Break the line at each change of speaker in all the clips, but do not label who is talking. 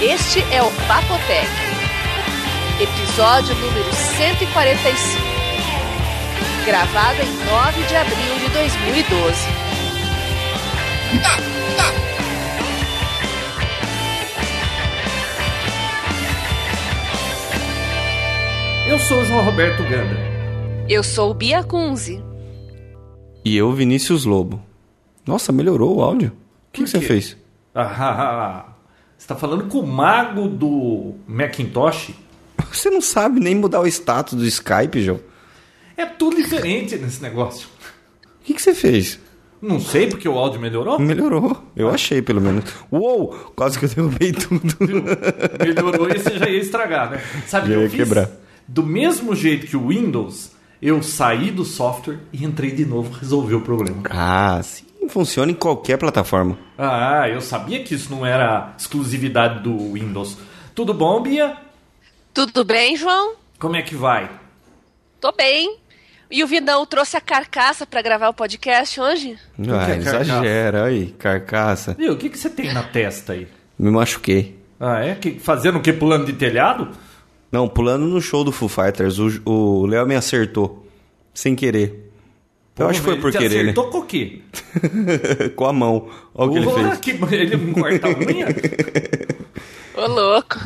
Este é o Papotec, episódio número 145, gravado em 9 de abril de 2012.
Eu sou o João Roberto Ganda.
Eu sou Bia Kunze.
E eu, Vinícius Lobo. Nossa, melhorou o áudio. O que, que você
quê?
fez?
Ah, você tá falando com o mago do Macintosh?
Você não sabe nem mudar o status do Skype, João.
É tudo diferente nesse negócio.
O que, que você fez?
Não sei porque o áudio melhorou.
Melhorou.
Ah.
Eu achei, pelo menos. Uou! Quase que eu derrubei tudo.
Melhorou e você já ia estragar, né? Sabe o que
Já
eu
ia
fiz?
quebrar.
Do mesmo jeito que o Windows, eu saí do software e entrei de novo, resolvi o problema.
Ah, sim. Funciona em qualquer plataforma.
Ah, eu sabia que isso não era exclusividade do Windows. Tudo bom, Bia?
Tudo bem, João?
Como é que vai?
Tô bem. E o Vinão trouxe a carcaça pra gravar o podcast hoje?
Ah,
é carcaça?
exagera. Aí, carcaça.
Viu, o que, que você tem na testa aí?
Me machuquei.
Ah, é? Que, fazendo o que? Pulando de telhado?
Não, pulando no show do Foo Fighters, o- o Léo me acertou. Sem querer. eu acho que foi
Ele
por
te
querer,
acertou com o quê?
né? Com a mão. Olha o que ele
Porra,
fez.
que- ele não corta a unha?
Ô, louco.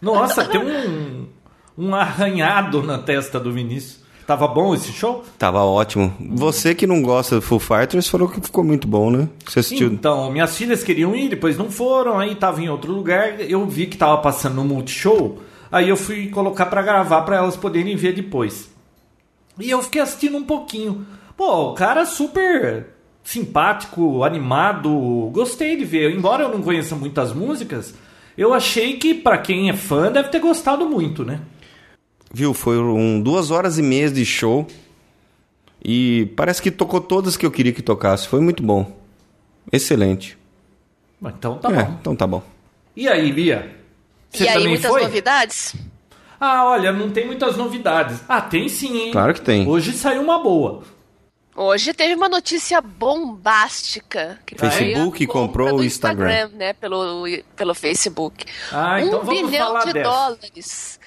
Nossa, tem um, um arranhado na testa do Vinícius. Tava bom esse show?
Tava ótimo. Você que não gosta do Foo Fighters falou que ficou muito bom, né? Você assistiu.
Então, minhas filhas queriam ir, depois não foram, aí tava em outro lugar. Eu vi que tava passando no Multishow, aí eu fui colocar pra gravar pra elas poderem ver depois. E eu fiquei assistindo um pouquinho. Pô, o cara é super simpático, animado, gostei de ver. Embora eu não conheça muitas músicas, eu achei que pra quem é fã deve ter gostado muito, né?
Viu? Foi um, duas horas e meia de show. E parece que tocou todas que eu queria que tocasse. Foi muito bom. Excelente.
Mas Então tá
é,
bom.
então tá bom.
E aí, Bia? Você
e aí,
também
muitas
foi?
novidades?
Ah, olha, não tem muitas novidades. Ah, tem sim, hein?
Claro que tem.
Hoje saiu uma boa.
Hoje teve uma notícia bombástica. Que foi a
Facebook
compra
comprou
do
o Instagram.
né, pelo, pelo Facebook.
Ah, então
um
vamos
bilhão
falar
de
dessa.
dólares.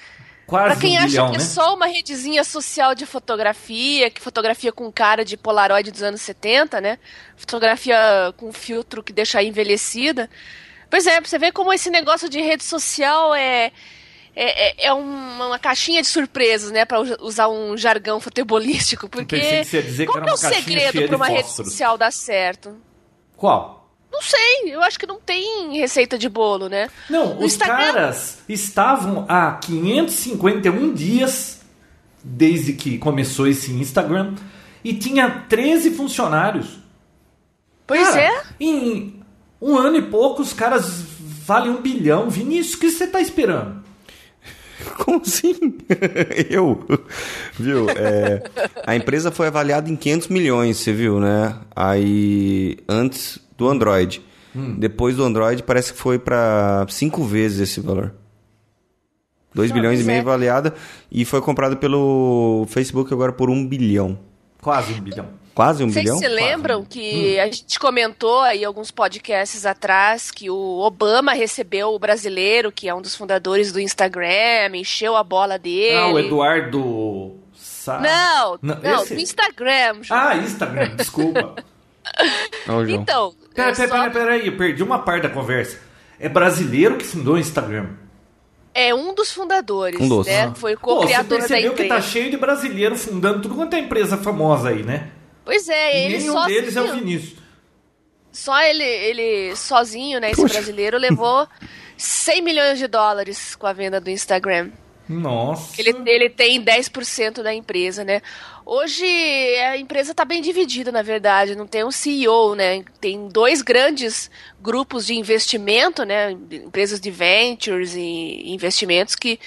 Quase
Pra quem
um
acha
bilhão,
que
né?
é só uma redezinha social de fotografia, que fotografia com cara de Polaroid dos anos 70, né? Fotografia com filtro que deixa envelhecida. Pois é, pra você ver como esse negócio de rede social é. É, é- é uma, uma caixinha de surpresas, né? Pra u- usar um jargão futebolístico. Porque.
pensei que você ia dizer que
qual
era
que é o
uma caixinha
segredo
cheia
pra
de
uma rede
fósforos.
social dar certo?
Qual?
Não sei, eu acho que não tem receita de bolo, né?
Não,
O
os
Instagram-
caras estavam há 551 dias desde que começou esse Instagram e tinha 13 funcionários.
Pois
Cara,
é.
Em um ano e pouco, os caras valem um bilhão. Vinícius, o que você tá esperando?
Como assim? eu? Viu? É, a empresa foi avaliada em 500 milhões, você viu, né? Aí, antes do Android.
Hum.
Depois do Android, parece que foi pra cinco vezes esse valor. 2
Ah,
bilhões e
pois é.
meio avaliada e foi comprado pelo Facebook agora por um bilhão.
Quase um bilhão.
Quase um
Vocês
bilhão?
se lembram que a gente comentou aí alguns podcasts atrás que o Obama recebeu o brasileiro, que é um dos fundadores do Instagram, encheu a bola dele.
Ah, o Eduardo. Sa-
Não,
Não,
não,
esse-
do Instagram. Ju.
Ah, Instagram, desculpa.
Ó, o João.
então,
Pera,
eu
pera,
só-
pera, pera aí, eu perdi uma parte da conversa. É brasileiro que fundou o Instagram.
é um dos fundadores,
Um dos.
né?
Ah.
Foi o
Pô, você
co-criador da
percebeu
empresa.
que tá cheio de brasileiro fundando tudo quanto é empresa famosa aí, né?
Pois é,
E
ele
nenhum
só
deles é o
se-
Vinícius.
Só ele, ele sozinho, né, esse
Poxa.
brasileiro levou 100 milhões de dólares com a venda do Instagram.
Nossa.
Ele, é ele tem 10% da empresa, né? Hoje a empresa está bem dividida, na verdade. Não tem um CEO, né? Tem dois grandes grupos de investimento, né? Empresas de ventures e investimentos que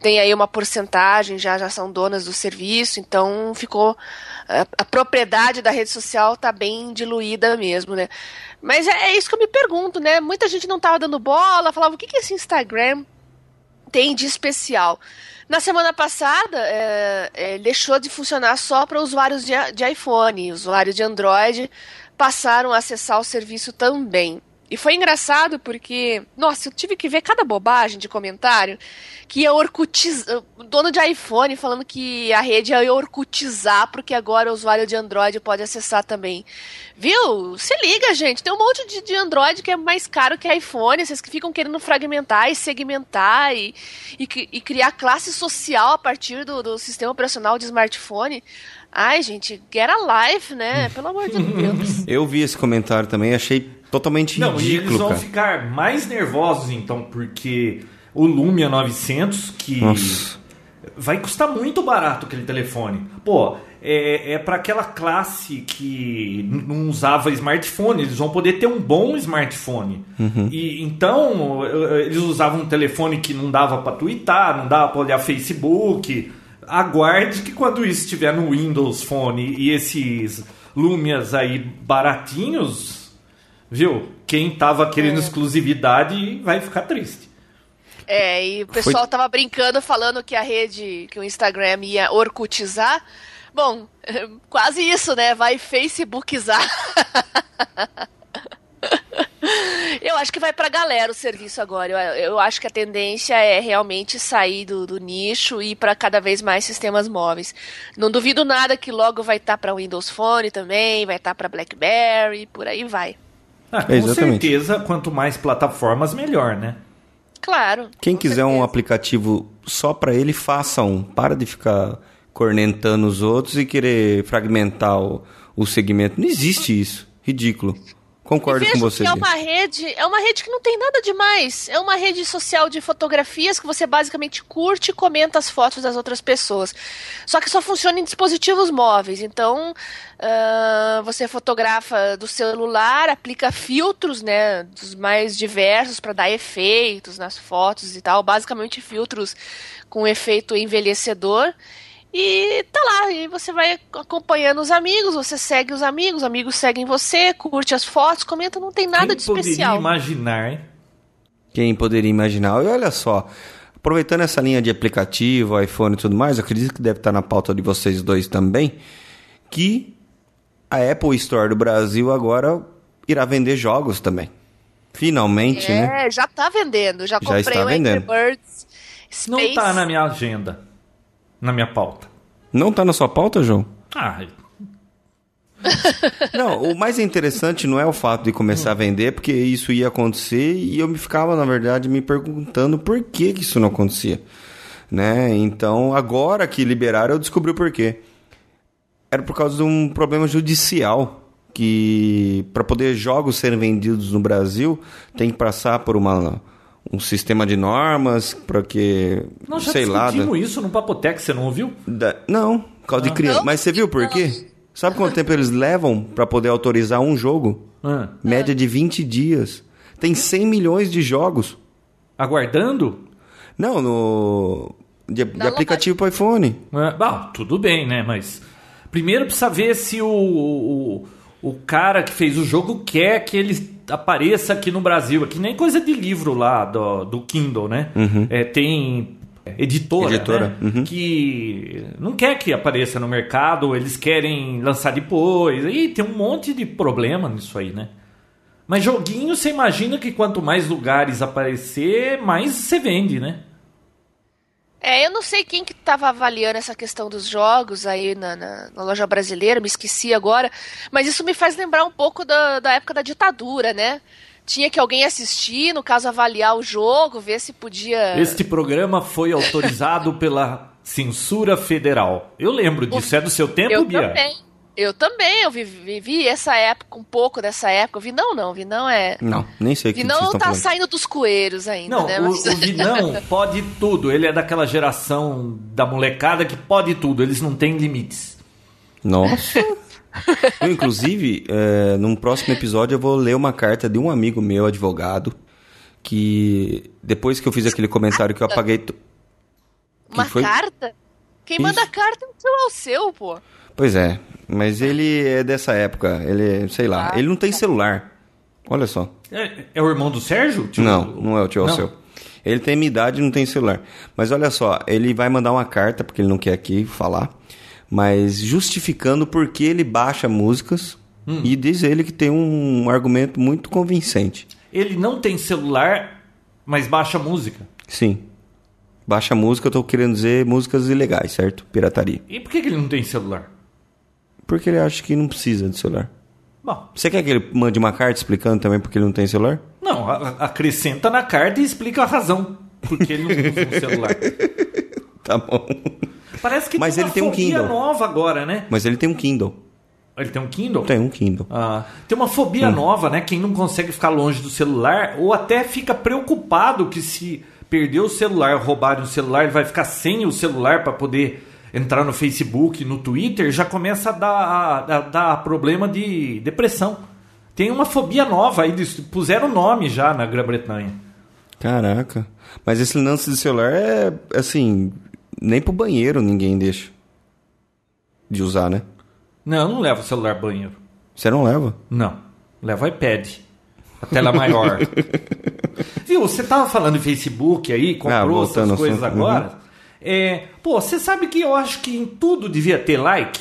têm aí uma porcentagem, já, já são donas do serviço. Então ficou. A, a propriedade da rede social está bem diluída mesmo, né? Mas é, é isso que eu me pergunto, né? Muita gente não estava dando bola, falava o que, que é esse Instagram tem de especial. Na semana passada, é, é, deixou de funcionar só para usuários de, de iPhone. Usuários de Android passaram a acessar o serviço também. E foi engraçado porque, nossa, eu tive que ver cada bobagem de comentário que ia orcutizar. Dono de iPhone falando que a rede ia orcutizar porque agora o usuário de Android pode acessar também. Viu? Se liga, gente. Tem um monte de, de Android que é mais caro que iPhone. Vocês que ficam querendo fragmentar e segmentar e, e, e criar classe social a partir do, do sistema operacional de smartphone. Ai, gente, get a life, né? Pelo amor de Deus.
Eu vi esse comentário também, achei totalmente
Não, e
ridículo,
eles vão
cara.
ficar mais nervosos então, porque o Lumia 900, que
Nossa.
vai custar muito barato aquele telefone. Pô, é, é para aquela classe que n- não usava smartphone, eles vão poder ter um bom smartphone. E então eh, eles usavam um telefone que não dava para twittar, não dava para olhar Facebook. Aguarde que quando isso estiver no Windows Phone e esses Lumias aí baratinhos, viu? Quem tava querendo exclusividade vai ficar triste.
É, e o pessoal tava brincando falando que a rede, que o Instagram ia orcutizar. Bom, quase isso, né? Vai facebookizar. Eu acho que vai pra galera o serviço agora. Eu, eu acho que a tendência é realmente sair do, do nicho e ir pra cada vez mais sistemas móveis. Não duvido nada que logo vai estar tá para Windows Phone também, vai estar tá para BlackBerry, por aí vai.
Ah, com
Exatamente.
certeza, quanto mais plataformas, melhor, né?
Claro.
Quem
com
quiser um
certeza.
aplicativo só pra ele, faça um. Para de ficar cornentando os outros e querer fragmentar o, o segmento. Não existe isso. Ridículo. Concordo
Veja
com você.
que é
Gui.
uma rede, é uma rede que não tem nada demais. É uma rede social de fotografias que você basicamente curte e comenta as fotos das outras pessoas. Só que só funciona em dispositivos móveis. Então, ah, você fotografa do celular, aplica filtros, né, dos mais diversos para dar efeitos nas fotos e tal, basicamente filtros com efeito envelhecedor. E tá lá, e você vai acompanhando os amigos, você segue os amigos, os amigos seguem você, curte as fotos, comenta, não tem nada
Quem
de
poderia
especial.
imaginar, hein?
Quem poderia imaginar? E olha só, aproveitando essa linha de aplicativo, iPhone e tudo mais, eu acredito que deve estar na pauta de vocês dois também, que a Apple Store do Brasil agora irá vender jogos também. Finalmente, né?
É, já tá vendendo, já,
Já
comprei
está
o Angry
vendendo.
Birds Space.
Não tá na minha agenda. Na minha pauta.
Não tá na sua pauta, João?
Ah,
Não, o mais interessante não é o fato de começar a vender, porque isso ia acontecer e eu me ficava, na verdade, me perguntando por que, que isso não acontecia. Né? Então, agora que liberaram, eu descobri o porquê. Era por causa de um problema judicial que para poder jogos serem vendidos no Brasil, tem que passar por uma um sistema de normas para que
nós já
sei lá, né? da-
discutimos isso no Papotec, você não ouviu?
da- Não, por causa de criança.
Não?
Mas você viu por quê? Sabe quanto tempo eles levam para poder autorizar um jogo?
Ah,
Média de 20 dias. Tem 100 milhões de jogos.
aguardando?
Não, no. De, de
Na
aplicativo para iPhone.
Ah, bom, tudo bem, né? Mas primeiro precisa ver se o, o, o cara que fez o jogo quer que ele apareça aqui no Brasil. É que nem coisa de livro lá do, do Kindle, né? É, tem editora,
Uhum. Editora,
né?
uhum.
que não quer que apareça no mercado, eles querem lançar depois. E tem um monte de problema nisso aí, né? Mas joguinho, você imagina que quanto mais lugares aparecer, mais você vende, né?
É, eu não sei quem que tava avaliando essa questão dos jogos aí na, na- na loja brasileira, me esqueci agora, mas isso me faz lembrar um pouco da, da época da ditadura, né? Tinha que alguém assistir, no caso avaliar o jogo, ver se podia...
Este programa foi autorizado pela censura federal. Eu lembro disso. É do seu tempo,
Eu
Bia?
também. Eu também, eu vivi, vivi essa época, um pouco dessa época. Vi não, não, vi não é.
Não, nem sei o que,
Vi
que vocês
não
estão
tá
falando.
saindo dos coelhos ainda,
Não,
né?
o,
Mas-
o Vinão pode tudo. Ele é daquela geração da molecada que pode tudo. Eles não têm limites.
Nossa. eu, inclusive, é, num próximo episódio eu vou ler uma carta de um amigo meu, advogado, que depois que eu fiz aquele comentário que eu apaguei. to-
uma
que foi?
carta? Quem
Isso.
manda carta é o seu ao seu, pô.
Pois é, mas ele é dessa época. Ele, é- sei lá,
Ah,
ele não tem celular. Olha só.
É, é o irmão do Sérgio? Tio-
Não, não é o tio
Não.
Alceu. Ele tem minha idade e não tem celular. Mas olha só, ele vai mandar uma carta, porque ele não quer aqui falar, mas justificando por
Hum.
que ele baixa músicas e diz ele que tem um argumento muito convincente.
Ele não tem celular, mas baixa música.
Sim. Baixa música, eu tô querendo dizer músicas ilegais, certo? Pirataria.
E por que, que ele não tem celular?
Porque ele acha que não precisa de celular.
Bom,
Você quer que ele mande uma carta explicando também porque ele não tem celular?
não, a- a- acrescenta na carta e explica a razão. Porque ele não usa um celular.
Tá bom.
Parece que
Mas
tem
ele
uma
tem um
fobia
Kindle.
nova agora, né?
Mas ele tem um Kindle.
Ele tem um Kindle?
Tem um Kindle.
Ah, tem uma fobia nova, né? Quem não consegue ficar longe do celular ou até fica preocupado que se perder o celular, roubarem o celular, ele vai ficar sem o celular para poder entrar no Facebook, no Twitter, já começa a dar, a- a dar problema de depressão. Tem uma fobia nova aí, disso, puseram nome já na Grã-Bretanha.
Caraca. Mas esse lance de celular é assim. Nem pro banheiro ninguém deixa. De usar, né?
Não, eu não leva o celular ao banheiro.
Você não leva.
Não. Leva o iPad. A tela maior. Viu, você tava falando em Facebook aí,
Ah,
comprou
voltando
essas
ao
coisas
assunto,
agora. É, pô, você sabe que eu acho que em tudo devia ter like?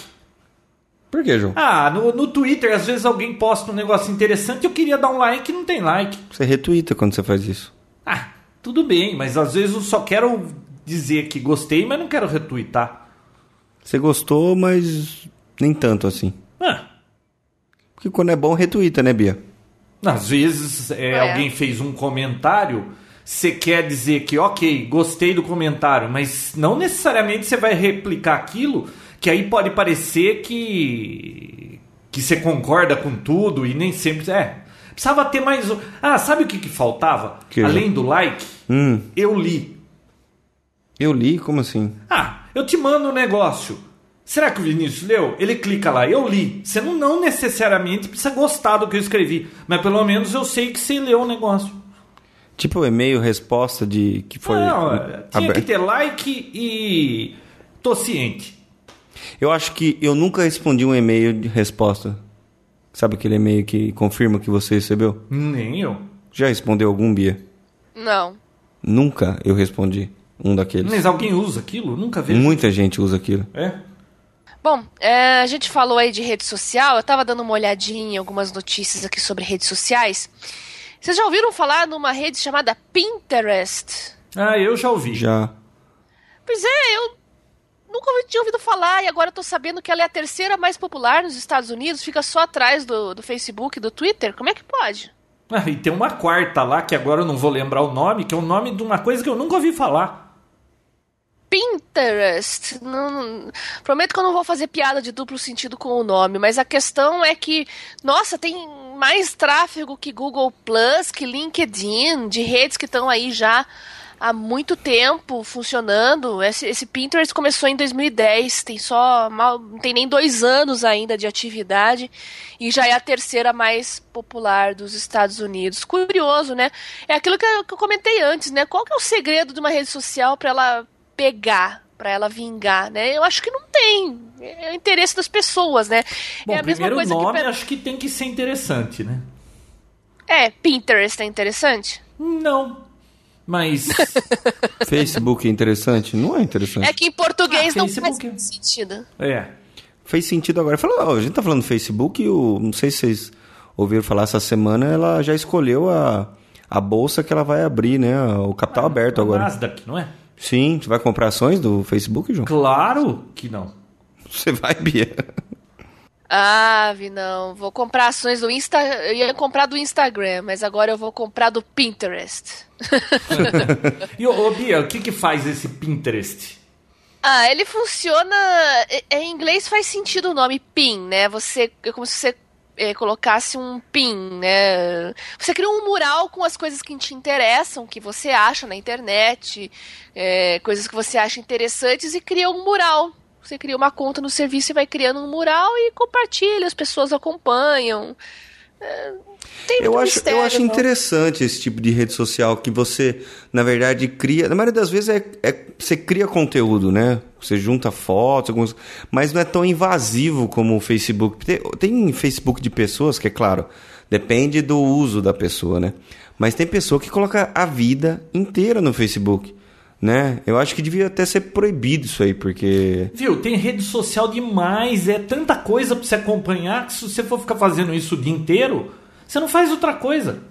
Por que, João?
Ah, no, no Twitter, às vezes alguém posta um negócio interessante, eu queria dar um like e não tem like.
Você retuita quando você faz isso.
Ah, tudo bem, mas às vezes eu só quero dizer que gostei, mas não quero retweetar.
Você gostou, mas nem tanto assim.
Ah,
Porque quando é bom, retuita, né, Bia?
Às vezes é,
É.
alguém fez um comentário, você quer dizer que, ok, gostei do comentário, mas não necessariamente você vai replicar aquilo, que aí pode parecer que que você concorda com tudo e nem sempre é. Precisava ter mais um. Ah, sabe o que, que faltava?
Que?
Além do like,
Hum,
eu li.
eu li, como assim?
Ah, eu te mando um negócio. Será que o Vinícius leu? Ele clica lá, eu li. Você não, não necessariamente precisa gostar do que eu escrevi, mas pelo menos eu sei que você leu o negócio.
Tipo, e-mail, resposta de que foi
Não, tinha que
aberto.
ter like e. Tô ciente.
Eu acho que eu nunca respondi um e-mail de resposta. Sabe aquele e-mail que confirma que você recebeu?
Nem eu.
Já respondeu algum, Bia?
Não.
Nunca eu respondi um daqueles.
Mas alguém usa aquilo? Nunca vejo.
Muita gente usa aquilo.
É?
Bom, é, a gente falou aí de rede social, eu tava dando uma olhadinha em algumas notícias aqui sobre redes sociais. Vocês já ouviram falar numa rede chamada Pinterest?
Ah, eu já ouvi.
Já.
Pois é, eu nunca ouvi- tinha ouvido falar e agora eu tô sabendo que ela é a terceira mais popular nos Estados Unidos, fica só atrás do, do Facebook, do Twitter. Como é que pode?
Ah, e tem uma quarta lá, que agora eu não vou lembrar o nome, que é o nome de uma coisa que eu nunca ouvi falar.
Pinterest. Não- não- prometo que eu não vou fazer piada de duplo sentido com o nome, mas a questão é que, nossa, tem mais tráfego que Google Plus, que LinkedIn, de redes que estão aí já há muito tempo funcionando. Esse, esse Pinterest começou em 2010, tem só mal, não tem nem dois anos ainda de atividade e já é a terceira mais popular dos Estados Unidos. Curioso, né? É aquilo que eu, que eu comentei antes, né? Qual que é o segredo de uma rede social para ela pegar, pra ela vingar, né? Eu acho que não tem. É o interesse das pessoas, né?
Bom,
é a mesma
primeiro
coisa
nome
que.
acho que tem que ser interessante, né?
É, Pinterest é interessante?
Não. Mas.
Facebook é interessante? Não é interessante.
É que em português
Ah,
não faz
Facebook.
muito sentido.
é.
Fez sentido agora. Fala, ó, a gente tá falando do Facebook, o, não sei se vocês ouviram falar essa semana, ela já escolheu a, a bolsa que ela vai abrir, né? O capital
tá
aberto agora.
Nasdaq, não é?
Sim, você vai comprar ações do Facebook, João?
Claro que não.
Você vai, Bia.
Ah, não. Vou comprar ações do Insta. Eu ia comprar do Instagram, mas agora eu vou comprar do Pinterest.
E, ô, ô, Bia, o que que faz esse Pinterest?
Ah, ele funciona. é- é, Em inglês faz sentido o nome pin, né? Você é como se você é, colocasse um pin, né? Você cria um mural com as coisas que te interessam, que você acha na internet, é, coisas que você acha interessantes e cria um mural. Você cria uma conta no serviço e vai criando um mural e compartilha, as pessoas acompanham. É, tem
Eu
muito
acho,
mistério, né?
eu acho
não.
interessante esse tipo de rede social que você, na verdade, cria. Na maioria das vezes é, é- você cria conteúdo, né? Você junta fotos, algumas, mas não é tão invasivo como o Facebook. Tem, tem Facebook de pessoas que, é claro, depende do uso da pessoa, né? Mas tem pessoa que coloca a vida inteira no Facebook, né? Eu acho que devia até ser proibido isso aí, porque.
Viu, tem rede social demais, é tanta coisa pra você acompanhar que se você for ficar fazendo isso o dia inteiro, você não faz outra coisa.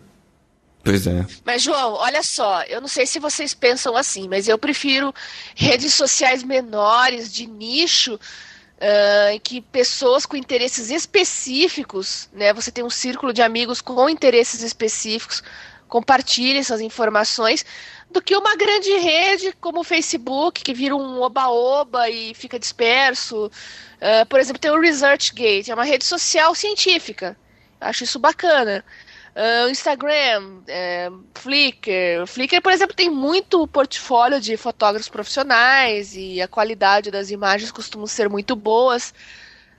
Pois é.
Mas, João, olha só, eu não sei se vocês pensam assim, mas eu prefiro redes sociais menores, de nicho, ah, em que pessoas com interesses específicos, né? Você tem um círculo de amigos com interesses específicos, compartilhem essas informações, do que uma grande rede como o Facebook, que vira um oba-oba e fica disperso. Ah, por exemplo, tem o ResearchGate, é uma rede social científica. Acho isso bacana. Ah, o Instagram, eh, Flickr. O Flickr, por exemplo, tem muito portfólio de fotógrafos profissionais e a qualidade das imagens costuma ser muito boas,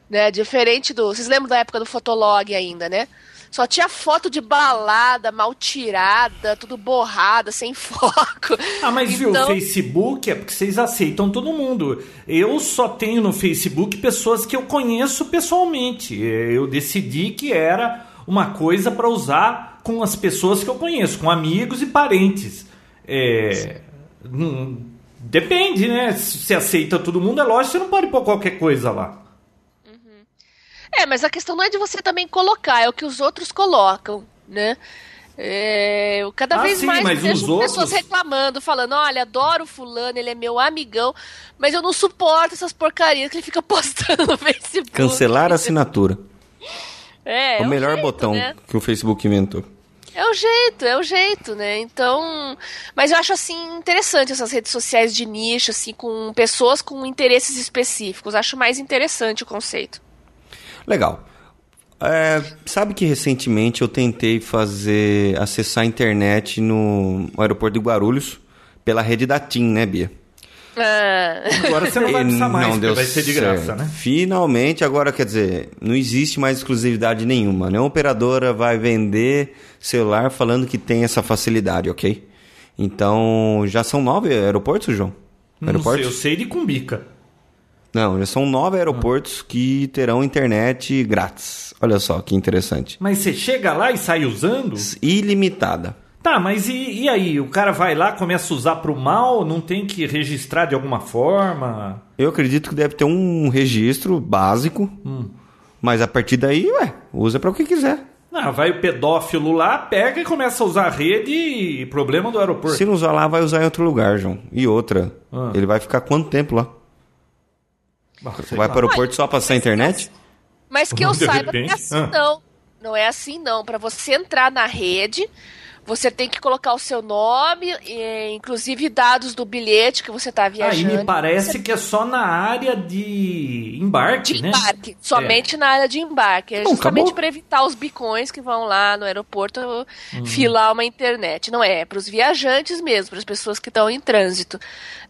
né? Diferente do, vocês lembram da época do Fotolog ainda, né? Só tinha foto de balada, mal tirada, tudo borrada, sem foco.
Ah, mas viu,
Então-
o Facebook é porque vocês aceitam todo mundo. Eu só tenho no Facebook pessoas que eu conheço pessoalmente. É, Eu decidi que era uma coisa para usar com as pessoas que eu conheço, com amigos e parentes. É, hum, depende, né? Se você aceita todo mundo, é lógico, você não pode pôr qualquer coisa lá.
É, mas a questão não é de você também colocar, é o que os outros colocam, né? É, eu cada
Ah,
vez
sim,
mais
mas
vejo
os outros-
pessoas reclamando, falando, olha, adoro o fulano, ele é meu amigão, mas eu não suporto essas porcarias que ele fica postando no Facebook.
Cancelar a assinatura.
É,
É o
um
melhor
jeito,
botão
né?
que o Facebook inventou.
É o jeito, é o jeito, né? Então, mas eu acho assim interessante essas redes sociais de nicho, assim, com pessoas com interesses específicos. Acho mais interessante o conceito.
Legal. É, sabe que recentemente eu tentei fazer acessar a internet no aeroporto de Guarulhos pela rede da TIM, né, Bia?
Ah.
Agora você não vai precisar mais, porque vai ser de graça,
certo.
né?
Finalmente, agora quer dizer, não existe mais exclusividade nenhuma. Nenhuma operadora vai vender celular falando que tem essa facilidade, ok? Então, já são nove aeroportos, João?
Não sei, eu sei de cumbica.
Não, já são nove aeroportos que terão internet grátis. Olha só que interessante.
Mas você chega lá e sai usando?
Ilimitada.
Tá, mas e, e aí? O cara vai lá, começa a usar pro mal, não tem que registrar de alguma forma?
Eu acredito que deve ter um registro básico,
Hum.
mas a partir daí, ué, usa pra o que quiser.
Não, Ah, vai o pedófilo lá, pega e começa a usar a rede e problema do aeroporto.
Se não usar lá, vai usar em outro lugar, João. E outra,
Ah.
ele vai ficar quanto tempo lá?
Bom, sei
vai
lá.
para o aeroporto só pra passar a internet?
Mas que eu
De
saiba, não é
repente.
assim
Ah.
não. Não é assim não. Para você entrar na rede, você tem que colocar o seu nome, e, inclusive dados do bilhete que você está
Aí
viajando.
me parece que é só na área de embarque,
De
né?
embarque, somente na área de embarque. É
Bom,
justamente
acabou.
para evitar os bicões que vão lá no aeroporto
Uhum.
filar uma internet. Não é, é para os viajantes mesmo, para as pessoas que estão em trânsito.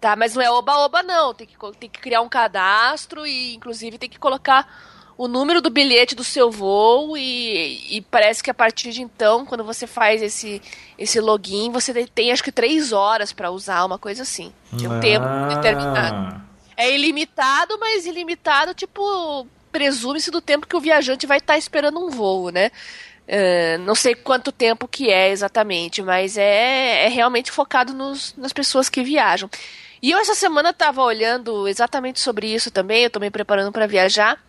Tá? Mas não é oba-oba, não. Tem que, co- tem que criar um cadastro e, inclusive, tem que colocar o número do bilhete do seu voo e, e parece que a partir de então, quando você faz esse, esse login, você tem- tem acho que três horas para usar, uma coisa assim. Tem um tempo determinado.
Ah,
É ilimitado, mas ilimitado, tipo, presume-se do tempo que o viajante vai estar esperando um voo, né? Eh, não sei quanto tempo que é exatamente, mas é, é realmente focado nos- nas pessoas que viajam. E eu essa semana estava olhando exatamente sobre isso também, eu estou me preparando para viajar,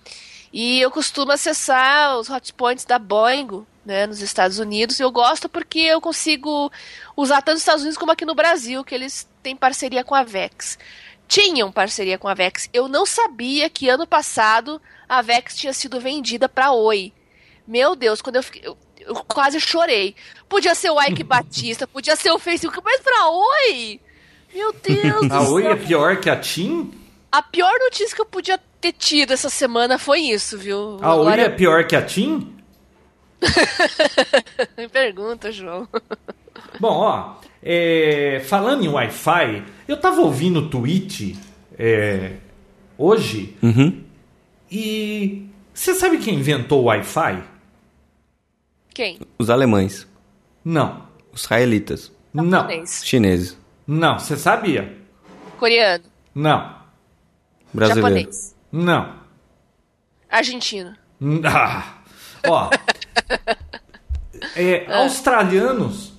e eu costumo acessar os hotspots da Boeing, né, nos Estados Unidos, e eu gosto porque eu consigo usar tanto nos Estados Unidos como aqui no Brasil, que eles têm parceria com a Vex tinham parceria com a Vex. Eu não sabia que ano passado a Vex tinha sido vendida para Oi. Meu Deus, quando eu fiquei. Eu, eu quase chorei. Podia ser o Ike Batista, podia ser o Facebook, mas pra Oi? Meu Deus
A
do
Oi é
céu.
pior que a TIM?
A pior notícia que eu podia ter tido essa semana foi isso, viu?
A Oi é pior que a TIM?
Me pergunta, João.
Bom, ó, é, falando em Wi-Fi, eu tava ouvindo o tweet é, hoje
Uhum.
e você sabe quem inventou o Wi-Fi?
Quem?
Os alemães,
Não,
os israelitas,
não,
Japonês.
os chineses,
não. Você sabia?
Coreano.
Não,
brasileiros.
Japonês.
não.
Argentino.
N- Ah, ó, é, australianos.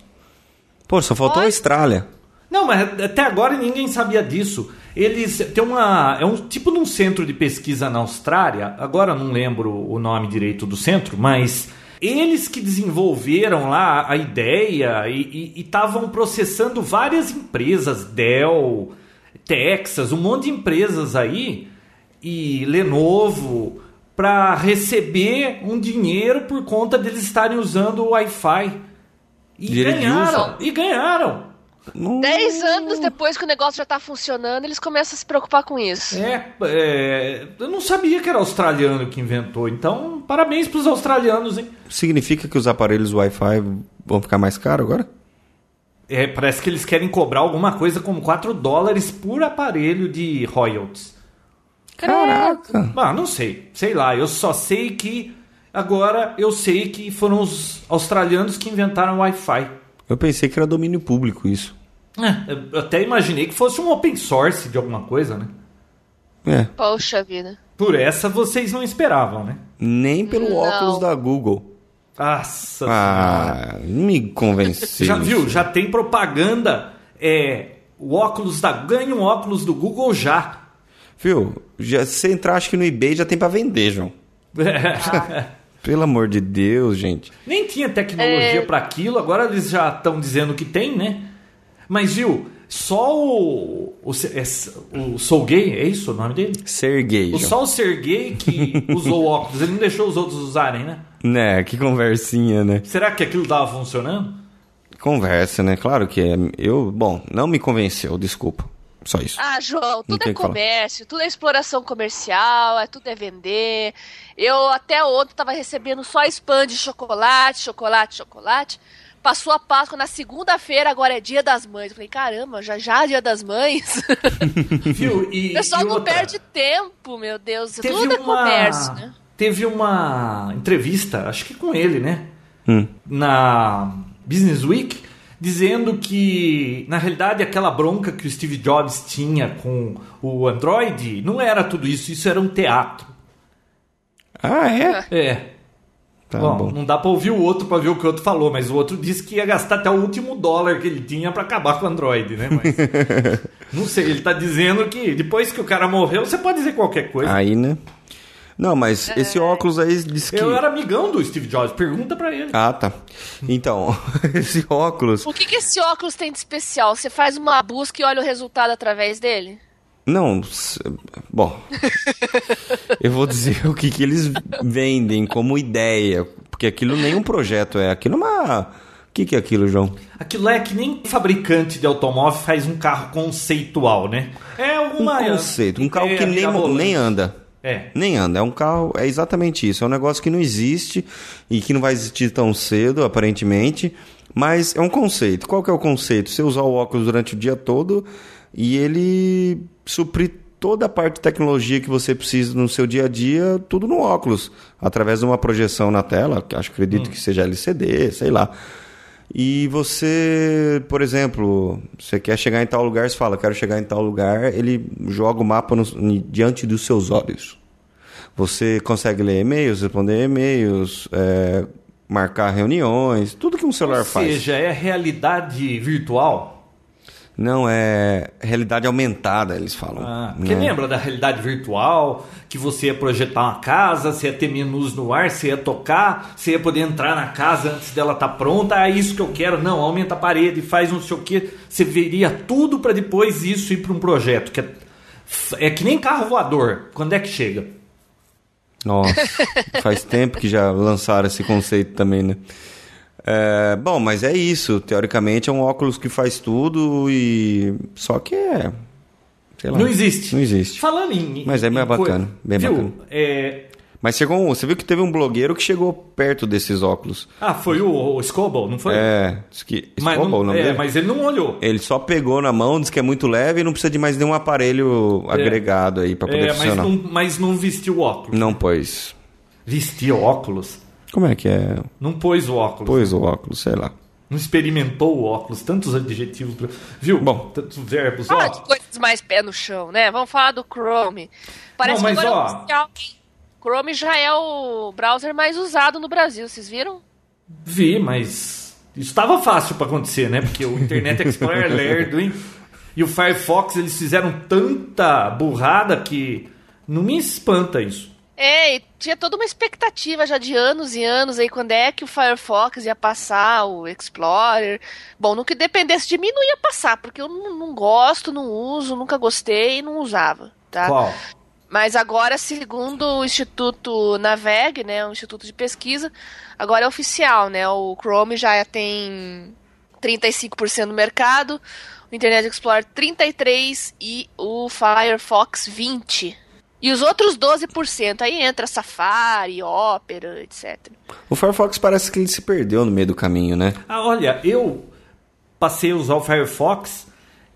Pô, só faltou a
Olha.
Austrália.
Não, mas até agora ninguém sabia disso. Eles tem uma é um tipo de um centro de pesquisa na Austrália. Agora eu não lembro o nome direito do centro, mas Eles que desenvolveram lá a ideia e estavam processando várias empresas, Dell, Texas, um monte de empresas aí, e Lenovo, para receber um dinheiro por conta deles estarem usando o Wi-Fi. E
Direito de
ganharam, e ganharam.
Não-
Dez anos depois que o negócio já tá funcionando, eles começam a se preocupar com isso.
É, é, eu não sabia que era australiano que inventou, então parabéns pros australianos, hein?
Significa que os aparelhos Wi-Fi vão ficar mais caros agora?
É, parece que eles querem cobrar alguma coisa como 4 dólares por aparelho de royalties.
Caraca!
Ah, não sei, sei lá, eu só sei que agora eu sei que foram os australianos que inventaram o Wi-Fi.
Eu pensei que era domínio público isso.
É, eu até imaginei que fosse um open source de alguma coisa, né?
É.
Poxa vida.
Por essa vocês não esperavam, né?
Nem pelo
Não.
óculos da Google.
Nossa
Ah, me convenceu.
Já viu? Já tem propaganda. É, o óculos da. Ganha um óculos do Google já.
Viu? Já, se você entrar, acho que no eBay já tem pra vender, João. Pelo amor de Deus, gente.
Nem tinha tecnologia pra aquilo, agora eles já estão dizendo que tem, né? Mas, viu, só o. O, Se- é, o Solgay, é isso o nome dele?
Serguei,
O,
João.
só o Sergei que usou o óculos, ele não deixou os outros usarem, né?
Né, que conversinha, né?
Será que aquilo tava funcionando?
Conversa, né? Claro que é. Eu, bom, não me convenceu, desculpa. Só isso.
Ah, João, tudo
tem
é
o que falar.
comércio, tudo é exploração comercial, é tudo é vender. Eu até ontem tava recebendo só spam de chocolate, chocolate, chocolate. Passou a Páscoa na segunda-feira, agora é dia das mães. Eu falei, caramba, já já é dia das mães.
Viu? E,
O pessoal
e
não
outra.
perde tempo, meu Deus. tudo é comércio, né?
Teve uma entrevista, acho que com ele, né?
Hum.
Na Business Week, dizendo que, na realidade, aquela bronca que o Steve Jobs tinha com o Android não era tudo isso, isso era um teatro.
Ah, é?
É.
Tá
bom,
bom.
não dá pra ouvir o outro pra ver o que o outro falou, mas o outro disse que ia gastar até o último dólar que ele tinha pra acabar com o Android, né? Mas, não sei, ele tá dizendo que depois que o cara morreu, você pode dizer qualquer coisa.
Aí, né? Não, mas esse óculos aí diz que.
Eu era amigão do Steve Jobs, pergunta pra ele.
Ah, tá. Então, esse óculos.
O que, que esse óculos tem de especial? Você faz uma busca e olha o resultado através dele?
Não, s- bom. eu vou dizer o que, que eles vendem como ideia. Porque aquilo nem um projeto é. Aquilo é uma. O que, que é aquilo, João?
Aquilo é que nem fabricante de automóvel faz um carro conceitual, né? É
Um
alguma.
conceito. Um carro
ideia
que nem, mo-
mirabolante.
nem anda.
É.
Nem anda. É um carro. É exatamente isso. É um negócio que não existe e que não vai existir tão cedo, aparentemente. Mas é um conceito. Qual que é o conceito? Você usar o óculos durante o dia todo e ele suprir toda a parte de tecnologia que você precisa no seu dia a dia, tudo no óculos, através de uma projeção na tela, que acho acredito que seja LCD, sei lá. E você, por exemplo, você quer chegar em tal lugar, você fala, quero chegar em tal lugar, ele joga o mapa no- ni- diante dos seus olhos. Você consegue ler e-mails, responder e-mails, é, marcar reuniões, tudo que um celular
Ou
faz.
seja, é realidade virtual.
Não, é realidade aumentada, eles falam.
Ah,
né?
porque lembra da realidade virtual? Que você ia projetar uma casa, você ia ter menus no ar, você ia tocar, você ia poder entrar na casa antes dela estar pronta. Ah, é isso que eu quero. Não, aumenta a parede, faz não sei o quê. Você veria tudo para depois isso ir para um projeto. Que é, é que nem carro voador. Quando é que chega?
Nossa, faz tempo que já lançaram esse conceito também, né? É, bom, mas é isso. Teoricamente é um óculos que faz tudo e. Só que é. Sei lá.
Não existe.
Não existe.
Falando em.
Mas é bem
em coisa-
bacana, bem
viu?
bacana.
É,
Mas chegou um. Você viu que teve um blogueiro que chegou perto desses óculos.
Ah, foi o, o Scoble, não foi?
É. Diz que.
mas
Escobar,
não,
o nome
é,
dele?
mas ele não olhou.
Ele só pegou na mão, diz que é muito leve e não precisa de mais nenhum aparelho agregado aí pra poder
É, mas,
funcionar.
não,
Não...
mas não vestiu o óculos.
pôs.
Vestiu óculos?
Como é que é?
Não pôs o óculos.
Pôs o óculos, sei lá.
Não experimentou o óculos. Tantos adjetivos. pra- Viu?
Bom.
tantos verbos.
Fala
ó.
Ah, de coisas mais pé no chão, né? Vamos falar do Chrome. Parece
Não, mas,
que agora
ó.
é oficial. Chrome já é o browser mais usado no Brasil, vocês viram?
Vi, mas. Isso estava fácil para acontecer, né? Porque o Internet Explorer é lerdo, hein? E o Firefox, eles fizeram tanta burrada que. Não me espanta isso.
É, e tinha toda uma expectativa já de anos e anos aí, quando é que o Firefox ia passar, o Explorer. Bom, no que dependesse de mim, não ia passar, porque eu não, não gosto, não uso, nunca gostei e não usava, tá?
Qual?
Mas agora, segundo o Instituto Naveg, né, um instituto de pesquisa, agora é oficial, né? O Chrome já tem 35% do mercado, o Internet Explorer 33 e o Firefox 20. E os outros 12%, aí entra Safari, Opera, etc.
O Firefox parece que ele se perdeu no meio do caminho, né?
Ah, olha, eu passei a usar o Firefox.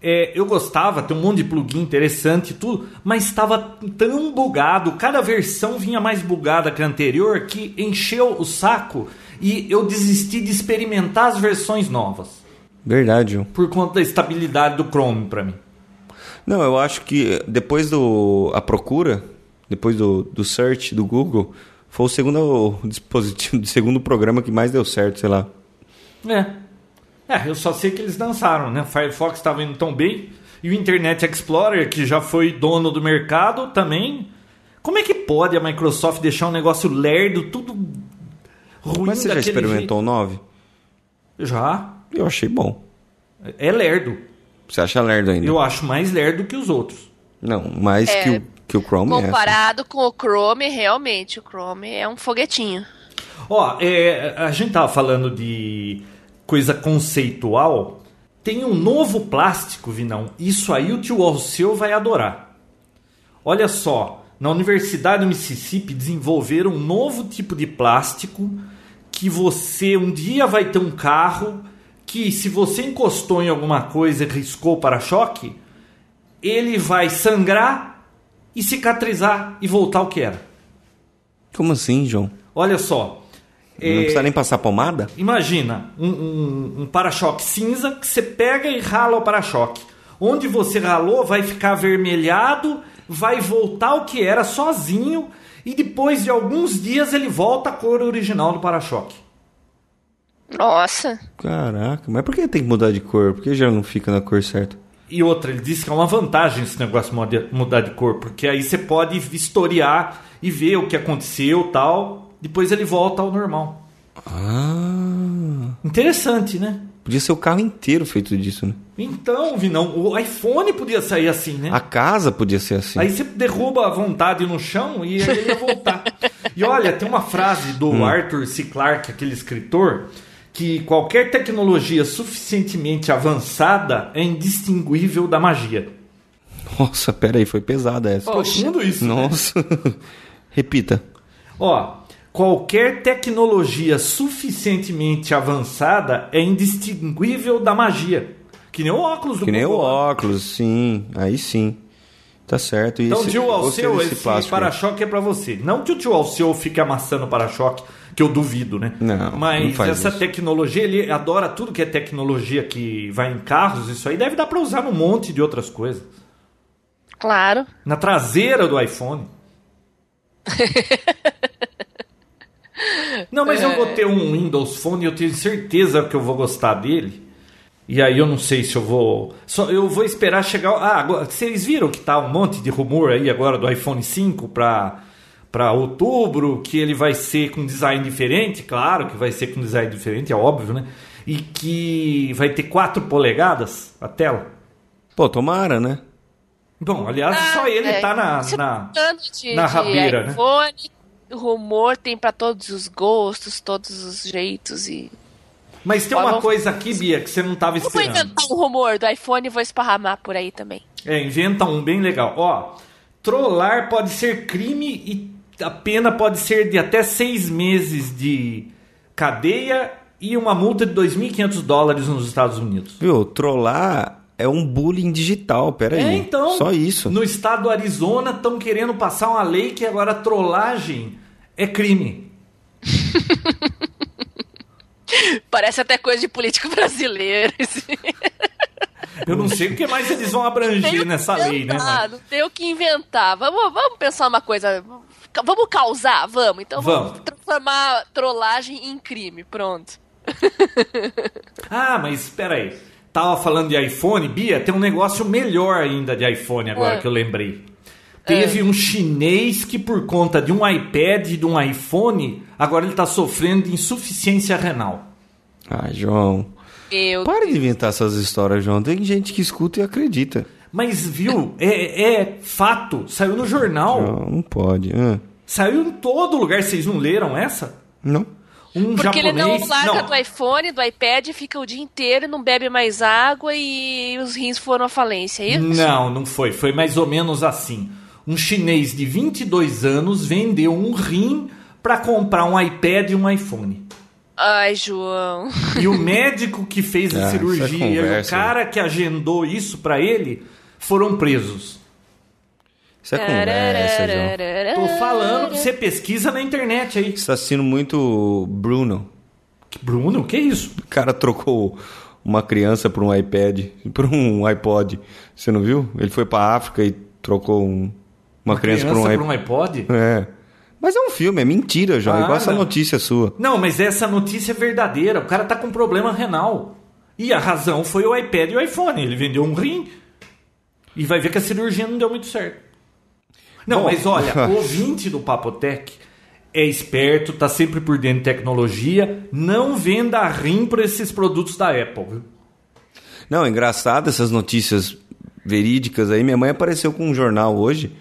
é, eu gostava, tem um monte de plugin interessante e tudo, mas estava tão bugado, cada versão vinha mais bugada que a anterior que encheu o saco e eu desisti de experimentar as versões novas
Verdade, Ju.
por conta da estabilidade do Chrome para mim.
Não, eu acho que depois do a procura, depois do, do search do Google, foi o segundo dispositivo, o segundo programa que mais deu certo, sei lá.
É. É, eu só sei que eles dançaram, né? Firefox estava indo tão bem. E o Internet Explorer, que já foi dono do mercado também. Como é que pode a Microsoft deixar um negócio lerdo, tudo ruim
Mas você já
daquele
experimentou o 9?
jeito? Já.
Eu achei bom.
É lerdo.
Você acha lerdo ainda?
Eu acho mais lerdo que os outros.
Não, mais
É.
que, o, que o Chrome é.
Comparado com o Chrome, realmente, o Chrome é um foguetinho.
Ó, é, a gente tava falando de coisa conceitual. Tem um novo plástico, Vinão. Isso aí o tio Alceu vai adorar. Olha só, na Universidade do Mississippi desenvolveram um novo tipo de plástico que você um dia vai ter um carro que se você encostou em alguma coisa e riscou o para-choque, ele vai sangrar e cicatrizar e voltar ao que era.
Como assim, João?
Olha só.
Não
é,
precisa nem passar pomada?
Imagina um, um- um para-choque cinza que você pega e rala o para-choque. Onde você ralou vai ficar avermelhado, vai voltar o que era sozinho e depois de alguns dias ele volta à cor original do para-choque.
Nossa.
Caraca, mas por que tem que mudar de cor? Por que já não fica na cor certa?
E outra, ele diz que é uma vantagem esse negócio moda- mudar de cor, porque aí você pode historiar e ver o que aconteceu tal. Depois ele volta ao normal.
Ah.
Interessante, né?
Podia ser o carro inteiro feito disso, né?
Então, Vinão, o iPhone podia sair assim, né?
A casa podia ser assim.
Aí você derruba à vontade no chão e aí ele ia voltar. e olha, tem uma frase do
Hum.
Arthur C. Clarke, aquele escritor, que qualquer tecnologia suficientemente avançada é indistinguível da magia.
Nossa, pera aí, foi pesada essa.
Profundo isso. né?
Nossa. Repita.
Ó, qualquer tecnologia suficientemente avançada é indistinguível da magia. Que nem o óculos do
Que nem o
Google.
óculos, sim. Aí sim. Tá certo. E
Então,
esse-
tio
gostei
Alceu,
desse
esse, para-choque é pra você. Não que o tio Alceu fique amassando o para-choque, que eu duvido, né?
Não,
Mas
não faz
essa
isso.
tecnologia, ele adora tudo que é tecnologia que vai em carros, isso aí deve dar pra usar num monte de outras coisas.
Claro.
Na traseira do iPhone. não, mas eu
É.
vou ter um Windows Phone e eu tenho certeza que eu vou gostar dele. E aí eu não sei se eu vou. Só eu vou esperar chegar. Ah, agora, vocês viram que tá um monte de rumor aí agora do iPhone 5 para para outubro, que ele vai ser com design diferente, claro que vai ser com design diferente, é óbvio, né? E que vai ter 4 polegadas a tela.
Pô, tomara, né?
Bom, aliás, só
Ah,
ele
é.
tá na-
Você
na...
tá falando de,
na
de
rabeira, né?
iPhone, rumor tem pra todos os gostos, todos os jeitos e...
Mas tem uma
Falam-
coisa aqui, Bia, que você não estava
Eu vou
esperando.
inventar um rumor do iPhone e vou esparramar por aí também.
É, inventa um bem legal. Ó, trollar pode ser crime e a pena pode ser de até seis meses de cadeia e uma multa de 2.500 dólares nos Estados Unidos.
Viu? Trollar é um bullying digital, pera aí.
É, então.
Só isso.
No estado do Arizona estão querendo passar uma lei que agora trollagem é crime.
Parece até coisa de político brasileiro. assim.
Eu não sei o que mais eles vão
Tem o
abranger
que
nessa lei, né?
inventar,
mano?
Não tem o que inventar. Vamos, vamos pensar uma coisa. Vamos causar? Vamos. Então vamos,
Vamos.
transformar trollagem em crime. Pronto.
Ah, mas espera aí. Tava falando de iPhone, Bia, tem um negócio melhor ainda de iPhone agora
Ah.
que eu lembrei. Teve um chinês que, por conta de um iPad e de um iPhone, agora ele está sofrendo de insuficiência renal.
Ah, João.
Eu
Para de inventar essas histórias, João. Tem gente que escuta e acredita.
Mas, viu, é, é fato. Saiu no jornal.
Não, não pode. Ah,
Saiu em todo lugar. Vocês não leram essa?
Não.
Um
Porque ele
japonês.
não larga
Não.
do iPhone, do iPad, fica o dia inteiro, não bebe mais água e os rins foram à falência, é isso?
Não, não foi. Foi mais ou menos assim. Um chinês de 22 anos vendeu um rim para comprar um iPad e um iPhone.
Ai, João.
E o médico que fez
Ah,
a
essa
cirurgia e o
conversa.
cara que agendou isso para ele foram presos.
Isso é conversa, João.
Tô
Ah.
falando, você pesquisa na internet aí.
Você tá assistindo muito Bruno.
Bruno, que é isso?
O cara trocou uma criança por um iPad, por um iPod. Você não viu? Ele foi pra África e trocou um- uma, criança, por um
Criança
iPod.
por um iPod?
É. Mas é um filme, é mentira, João.
Ah,
Igual essa
não.
notícia sua.
Não, mas essa notícia é verdadeira. O cara tá com problema renal. E a razão foi o iPad e o iPhone. Ele vendeu um rim. E vai ver que a cirurgia não deu muito certo. Não,
Bom.
mas olha, o ouvinte do Papotec é esperto, tá sempre por dentro de tecnologia. Não venda rim para esses produtos da Apple. viu?
Não, é engraçado essas notícias verídicas aí. Minha mãe apareceu com um jornal hoje,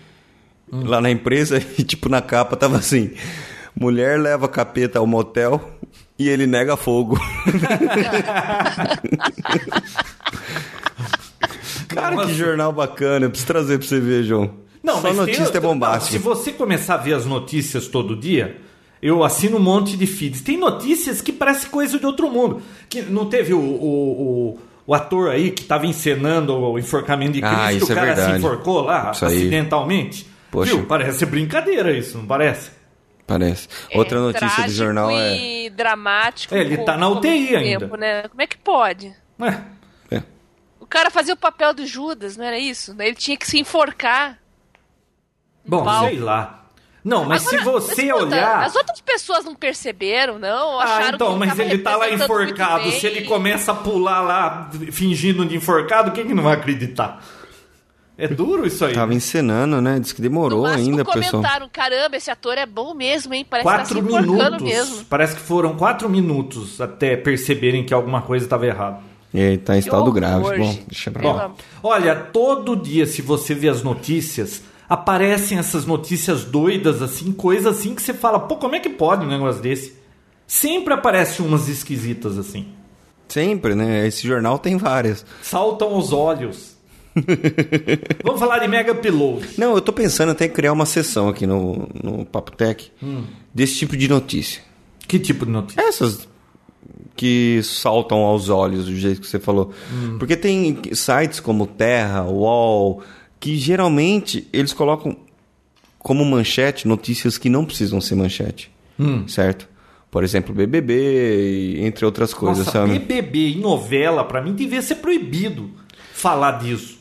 Hum.
lá na empresa, e tipo na capa tava assim: mulher leva capeta ao motel e ele nega fogo. Cara, que jornal bacana, eu preciso trazer pra você ver, João. Só
mas tem-
notícia é
Se
bombástica.
você começar a ver as notícias todo dia, eu assino um monte de feeds. Tem notícias que parece coisa de outro mundo. Que não teve o, o, o- o ator aí que estava encenando o enforcamento de Cristo,
Ah, isso
o
é
cara se
verdade.
enforcou lá
Isso aí.
acidentalmente.
Poxa.
Viu? Parece brincadeira isso, não parece?
Parece. Outra notícia do jornal é.
É, e dramático.
É, ele
com-
tá na
com muito
UTI ainda.
Tempo, né? Como é que pode?
Ué,
é.
O cara fazia o papel do Judas, não era isso? Ele tinha que se enforcar.
bom,
Uau.
sei lá. Não, mas
Agora, é
se você
escuta,
olhar.
As outras pessoas não perceberam, não?
Ah,
Acharam que
então, mas
tava
ele tá lá
representando muito
enforcado.
bem.
Se ele começa a pular lá fingindo de enforcado, quem que não vai acreditar? É duro isso aí.
Tava encenando, né? Diz que demorou
no máximo
ainda, pessoal.
comentaram, caramba, esse ator é bom mesmo, hein? Parece
quatro
que tá se enforcando
minutos.
mesmo.
Parece que foram quatro minutos até perceberem que alguma coisa estava errada.
E aí, tá em estado
horror,
grave. Bom,
gente.
deixa pra
Pelo
lá.
amor-
Bom, olha, todo dia, se você vê as notícias, aparecem essas notícias doidas, assim, coisas assim que você fala, pô, como é que pode um negócio desse? Sempre aparecem umas esquisitas assim.
Sempre, né? Esse jornal tem várias.
Saltam aos olhos. Vamos falar de Mega Pillow.
Não, eu tô pensando até em criar uma sessão aqui no, no Papo Tech
Hum.
desse tipo de notícia.
Que tipo de notícia?
Essas que saltam aos olhos do jeito que você falou.
Hum.
Porque tem sites como Terra, UOL, que geralmente eles colocam como manchete notícias que não precisam ser manchete,
Hum.
certo? Por exemplo, BBB, e entre outras coisas,
Nossa,
sabe?
BBB em novela, pra mim, devia ser proibido falar disso.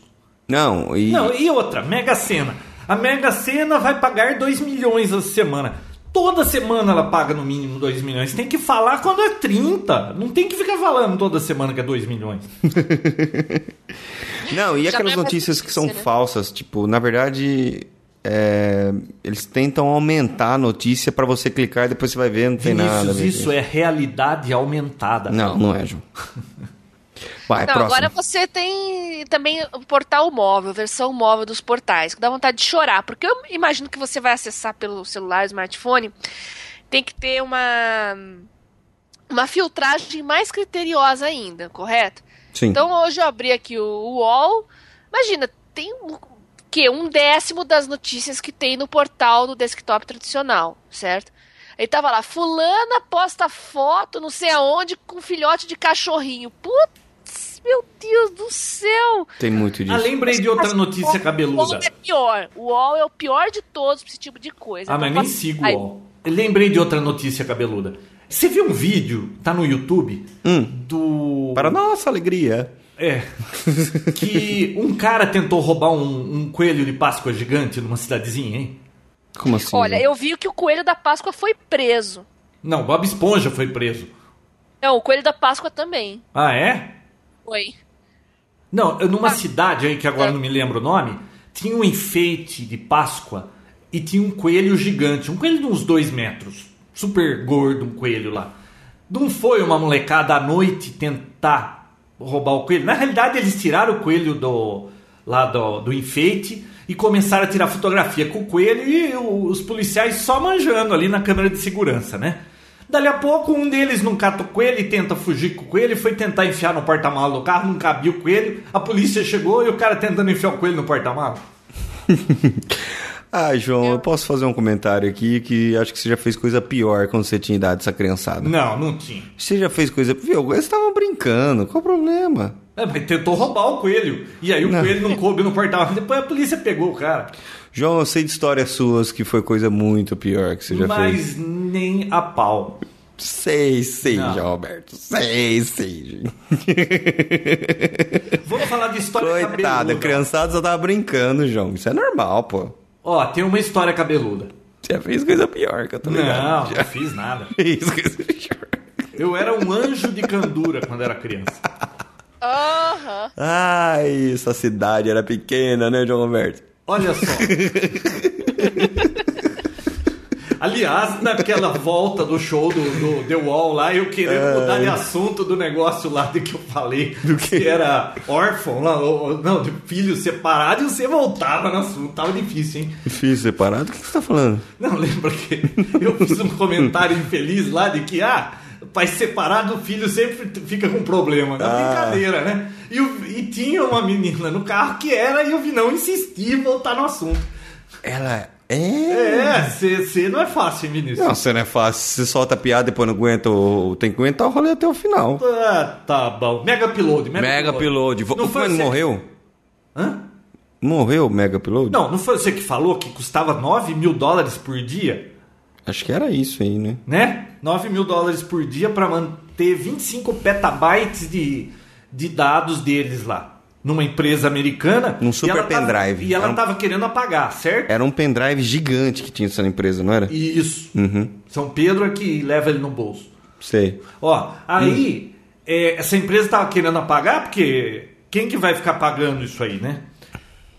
Não, e...
Não, e outra, Mega Sena. A Mega Sena vai pagar 2 milhões essa semana. Toda semana ela paga no mínimo 2 milhões. Tem que falar quando é 30. Não tem que ficar falando toda semana que é 2 milhões.
Não, e
Já
aquelas
não é mais
notícias que são
notícia, né?
falsas, tipo, na verdade, é, eles tentam aumentar a notícia pra você clicar e depois você vai ver, não tem nada. a
Vinícius,
ver
isso
com
é realidade aumentada.
Não, não é, João. Vai,
Não,
é próximo.
Então, agora você tem também o portal móvel, a versão móvel dos portais, que dá vontade de chorar, porque eu imagino que você vai acessar pelo celular, smartphone, tem que ter uma uma filtragem mais criteriosa ainda, correto?
Sim.
Então hoje eu abri aqui o UOL, imagina, tem um, que um décimo das notícias que tem no portal do desktop tradicional, certo? Aí tava lá, fulana posta foto não sei aonde com filhote de cachorrinho. Putz, meu Deus do céu!
Tem muito disso.
Ah, lembrei de outra
O
notícia cabeluda.
UOL é pior. O UOL é o pior de todos pra esse tipo de coisa.
Ah, mas nem sigo, ó. Lembrei de outra notícia cabeluda. Você viu um vídeo, tá no YouTube, do...
Para nossa alegria.
É. Que um cara tentou roubar um, um coelho de Páscoa gigante numa cidadezinha, hein?
Como assim?
Olha,
João?
eu vi que o coelho da Páscoa foi preso.
Não, Bob Esponja foi preso.
Não, o coelho da Páscoa também.
Ah, é?
Foi.
Não, numa
Ah.
cidade aí, que agora
É.
não me lembro o nome, tinha um enfeite de Páscoa e tinha um coelho gigante, um coelho de uns dois metros, super gordo, um coelho lá. Não foi uma molecada à noite tentar roubar o coelho. Na realidade, eles tiraram o coelho do lá do, do enfeite e começaram a tirar fotografia com o coelho e o- os policiais só manjando ali na câmera de segurança, né? Dali a pouco, um deles não cata o coelho e tenta fugir com o coelho, foi tentar enfiar no porta-malas do carro, não cabia o coelho, a polícia chegou e o cara tentando enfiar o coelho no porta-malas.
Ah, João, eu posso fazer um comentário aqui que acho que você já fez coisa pior quando você tinha idade, essa criançada.
Não, não tinha.
Você já fez coisa. Viu? Eles estavam brincando, qual o problema?
É, mas tentou roubar o coelho. E aí o
Não.
coelho não coube no porta-malas. Depois a polícia pegou o cara.
João, eu sei de histórias suas que foi coisa muito pior que você já fez.
Mas nem a pau.
Sei, sei,
Não.
João Roberto. Sei, sei, gente.
Vamos falar de história
Coitada,
cabeluda.
a criançada só tava brincando, João. Isso é normal, pô.
Ó, tem uma história cabeluda.
Você já fez coisa pior que eu tô
Não,
ligado.
não fiz nada.
Fez coisa pior.
Eu era um anjo de candura quando era criança.
Aham.
Ai, essa cidade era pequena, né, João Roberto?
Olha só. Aliás, naquela volta do show do, do The Wall lá, eu querendo mudar de assunto do negócio lá de que eu falei, do que, era órfão, lá, ou- ou- não, de filho separado, e você voltava no assunto. Tava difícil, hein?
Fiz separado? O que que você tá falando?
Não, lembra que eu fiz um comentário infeliz lá de que, ah, pai separado, o filho sempre t- fica com problema. Não,
Ah.
Brincadeira, né? E, o- e tinha uma menina no carro que era e eu vi não insistir e voltar no assunto.
Ela é.
É, você não é fácil, hein, Vinícius.
Não, você não é fácil. Você solta a piada e depois não aguenta. o- Tem que aguentar o rolê até o final.
Ah, tá bom. Mega Upload, Mega,
Mega Upload. Vo-
Não
Mas
foi assim. você...
morreu?
Hã?
Morreu o Mega Upload?
Não, não foi você que falou que custava 9 mil dólares por dia?
Acho que era isso aí, né?
né? 9 mil dólares por dia para manter 25 petabytes de, de dados deles lá. Numa empresa americana.
Num
E
super
ela tava-
pendrive.
E ela
Era um-
estava querendo apagar, certo?
Era um pendrive gigante que tinha essa empresa, não era?
Isso.
Uhum.
São Pedro é que leva ele no bolso.
Sei.
Ó, aí é, essa empresa estava querendo apagar, porque quem que vai ficar pagando isso aí, né?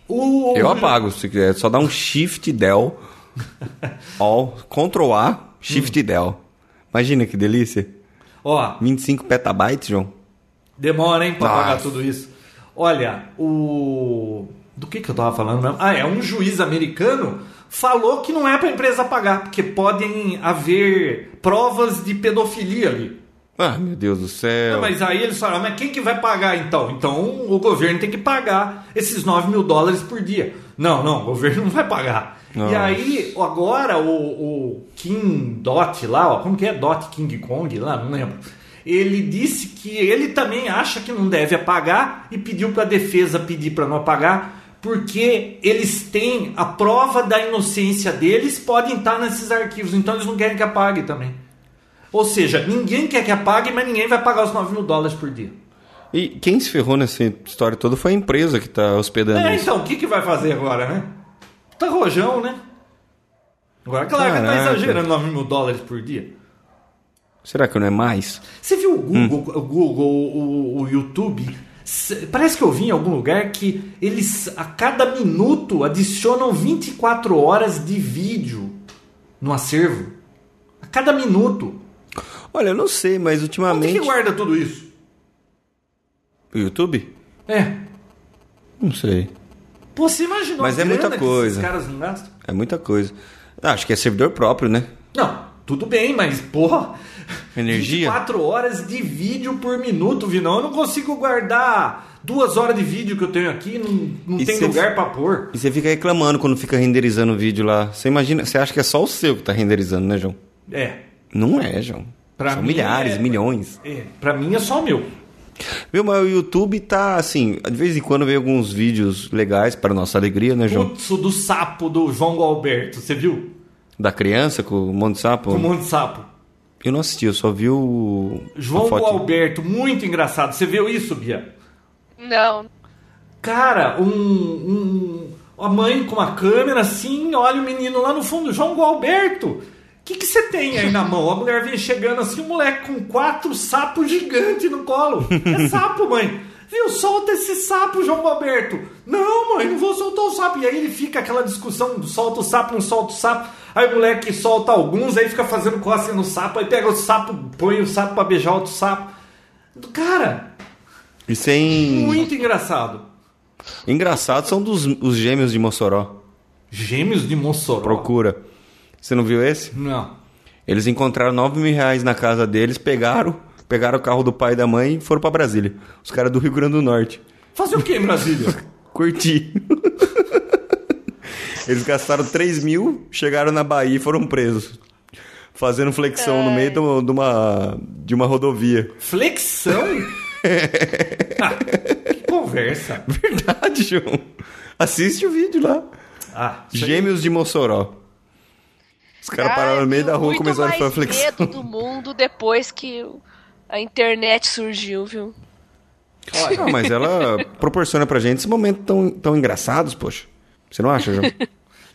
O,
Eu apago se quiser. Só dá um Shift Del. All. Ctrl A,
Hum.
Shift Del. Imagina que delícia.
Ó,
25 petabytes, João.
Demora, hein, pra
Nossa.
pagar tudo isso. Olha, o. Do que, que eu tava falando mesmo? Ah, é. Um juiz americano falou que não é pra empresa pagar, porque podem haver provas de pedofilia ali.
Ah, meu Deus do céu.
Não, mas aí eles falaram, "Ah, mas quem que vai pagar então? Então o governo tem que pagar esses 9 mil dólares por dia. Não, não, o governo não vai pagar. E
Nossa.
aí, agora o, o Kim Dot lá, ó, como que é Dot King Kong lá, não lembro. Ele disse que ele também acha que não deve apagar e pediu para a defesa pedir para não apagar, porque eles têm a prova da inocência deles, podem estar nesses arquivos, então eles não querem que apague também. Ou seja, ninguém quer que apague, mas ninguém vai pagar os 9 mil dólares por dia.
E quem se ferrou nessa história toda foi a empresa que tá hospedando
É,
isso.
então, o que, que vai fazer agora, né? Tá rojão, né? Agora, claro que tá
Caraca.
exagerando 9 mil dólares por dia.
Será que não é mais?
Você viu o Google,
Hum.
o, Google o, o YouTube? S- Parece que eu vi em algum lugar que eles, a cada minuto, adicionam 24 horas de vídeo no acervo. A cada minuto.
Olha, eu não sei, mas
Onde que
ultimamente.
guarda tudo isso?
O YouTube?
É.
Não sei.
Pô, você imaginou
Mas
a
é muita
grana que esses
coisa.
caras não gastam?
É muita coisa. Ah, acho que é servidor próprio, né?
Não, tudo bem, mas porra.
Energia?
24 horas de vídeo por minuto, Vinão. Eu não consigo guardar duas horas de vídeo que eu tenho aqui, não, não
E
tem
se-
lugar pra pôr.
E você fica reclamando quando fica renderizando o vídeo lá. Você imagina, você acha que é só o seu que tá renderizando, né, João?
É.
Não é, João.
Pra
São
mim
milhares,
é-
milhões.
é. Pra mim é só o meu.
Viu, mas o YouTube tá assim, de vez em quando vem alguns vídeos legais para nossa alegria, né, João?
Putz, o do sapo do João Galberto, você viu?
Da criança com o Monte de Sapo.
Com um monte de sapo.
Eu não assisti, eu só vi o. a
João
fotinha.
Galberto, muito engraçado. Você viu isso, Bia?
Não.
Cara, um, um- a mãe com uma câmera assim, olha o menino lá no fundo, João Gualberto. O que que você tem aí na mão? A mulher vem chegando assim, um moleque com quatro sapos gigantes no colo. É sapo, mãe. Viu, solta esse sapo, João Roberto. Não, mãe, não vou soltar o sapo. E aí ele fica aquela discussão, solta o sapo, não solta o sapo. Aí o moleque solta alguns, aí fica fazendo coça no sapo, aí pega o sapo, põe o sapo pra beijar outro sapo. Cara,
E sem.
muito engraçado.
Engraçado são dos, os gêmeos de Mossoró.
Gêmeos de Mossoró.
Procura. Você não viu esse?
Não.
Eles encontraram 9 mil reais na casa deles, pegaram, pegaram o carro do pai e da mãe e foram pra Brasília. Os caras do Rio Grande do Norte.
Fazer o que em Brasília?
Curti. Eles gastaram 3 mil, chegaram na Bahia e foram presos. Fazendo flexão no meio de uma, de uma, de uma rodovia.
Flexão? ah, que conversa.
Verdade, João. Assiste o vídeo lá.
Ah, isso aí-
Gêmeos de Mossoró. Os caras pararam no meio da rua e começaram a fazer flexão.
medo do mundo depois que o- a internet surgiu, viu?
Não, mas ela proporciona pra gente esses momentos tão, tão engraçados, poxa. Você não acha, João?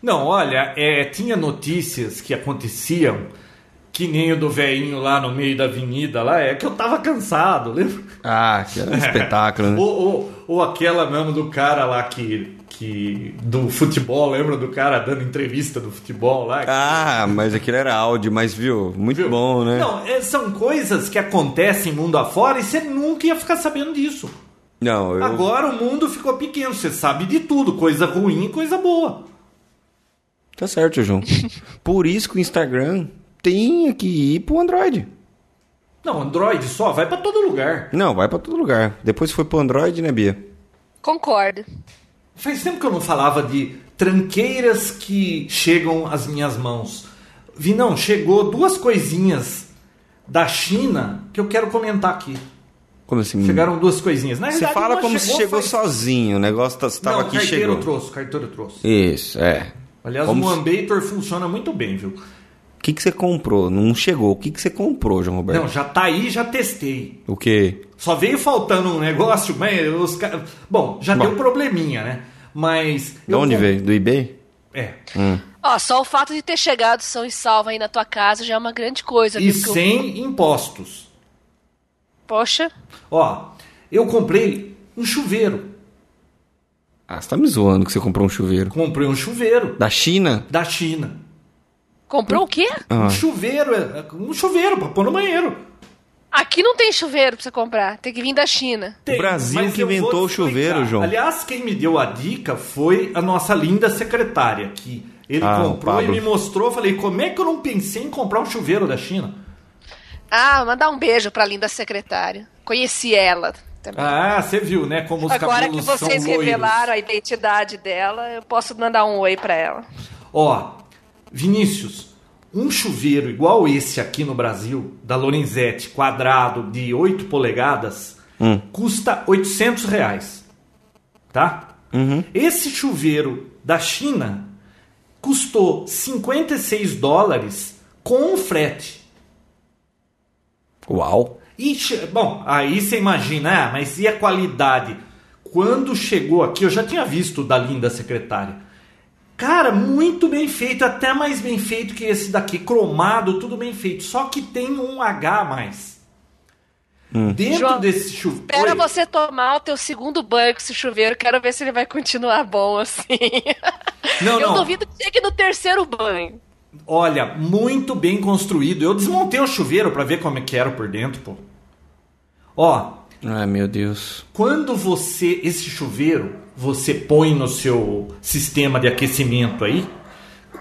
Não, olha, é, tinha notícias que aconteciam, que nem o do velhinho lá no meio da avenida lá, é que eu tava cansado, lembra?
ah, que era um espetáculo, né?
Ou, ou, ou aquela mesmo do cara lá que, que. do futebol, lembra do cara dando entrevista do futebol lá?
Ah, mas aquilo era áudio, mas viu? Muito
Viu?
bom, né?
Não, é, são coisas que acontecem mundo afora e você nunca ia ficar sabendo disso.
Não, eu.
Agora o mundo ficou pequeno, você sabe de tudo, coisa ruim e coisa boa.
Tá certo, João. Por isso que o Instagram tem que ir pro Android.
Não, Android só vai pra todo lugar.
Não, vai pra todo lugar. Depois foi pro Android, né, Bia?
Concordo.
Faz tempo que eu não falava de tranqueiras que chegam às minhas mãos. Vi, não, chegou duas coisinhas da China que eu quero comentar aqui.
Como assim?
Chegaram duas coisinhas. Na
Você
realidade,
fala
uma
como se chegou
faz-
sozinho. O negócio tá, você tava
não,
aqui e
carteiro
chegou.
trouxe, carteiro trouxe.
Isso, é.
Aliás,
Como
o
se-
Ambator funciona muito bem, viu?
O que, que você comprou? Não chegou. O que, que você comprou, João Roberto?
Não, já tá aí, já testei.
O quê?
Só veio faltando um negócio, mas os caras. Bom, já
Bom.
deu probleminha, né? Mas.
De
eu-
onde veio? Do eBay?
É.
Ó, só o fato de ter chegado são e salvo aí na tua casa já é uma grande coisa,
E
viu? Porque eu-
sem impostos.
Poxa,
Ó, eu comprei um chuveiro.
Ah, você tá me zoando que você comprou um chuveiro.
Comprei um chuveiro
Da China?
da China.
comprou o quê?
Ah.
Um chuveiro, é- um chuveiro pra pôr no banheiro.
Aqui não tem chuveiro pra você comprar, tem que vir da China.
Tem,
Brasil
mas
que
eu vou
inventou o
explicar.
chuveiro, João.
Aliás, quem me deu a dica foi a nossa linda secretária, que ele
Ah, o
comprou e
Pablo.
me mostrou. Falei, como é que eu não pensei em comprar um chuveiro da China?
Ah, mandar um beijo pra linda secretária. Conheci ela também.
Ah, você viu, né? Como os
Agora que
cabelos são
vocês
loiros.
revelaram a identidade dela, eu posso mandar um oi pra ela.
Ó, Vinícius, um chuveiro igual esse aqui no Brasil, da Lorenzetti, quadrado de 8 polegadas, custa 800 reais. Tá? Esse chuveiro da China custou 56 dólares com o frete.
Uau.
E, che- bom, aí você imagina, ah, mas e a qualidade? Quando chegou aqui, eu já tinha visto o da linda secretária. Cara, muito bem feito, até mais bem feito que esse daqui, cromado, tudo bem feito. Só que tem um H a mais. Dentro
João,
desse chuveiro.
Espera você tomar o teu segundo banho com esse chuveiro, quero ver se ele vai continuar bom assim.
Não,
eu
não.
duvido que chegue no terceiro banho.
Olha, muito bem construído. Eu desmontei o chuveiro pra ver como é que era por dentro, pô. Ó,
Ai, meu Deus.
Quando você esse chuveiro você põe no seu sistema de aquecimento aí,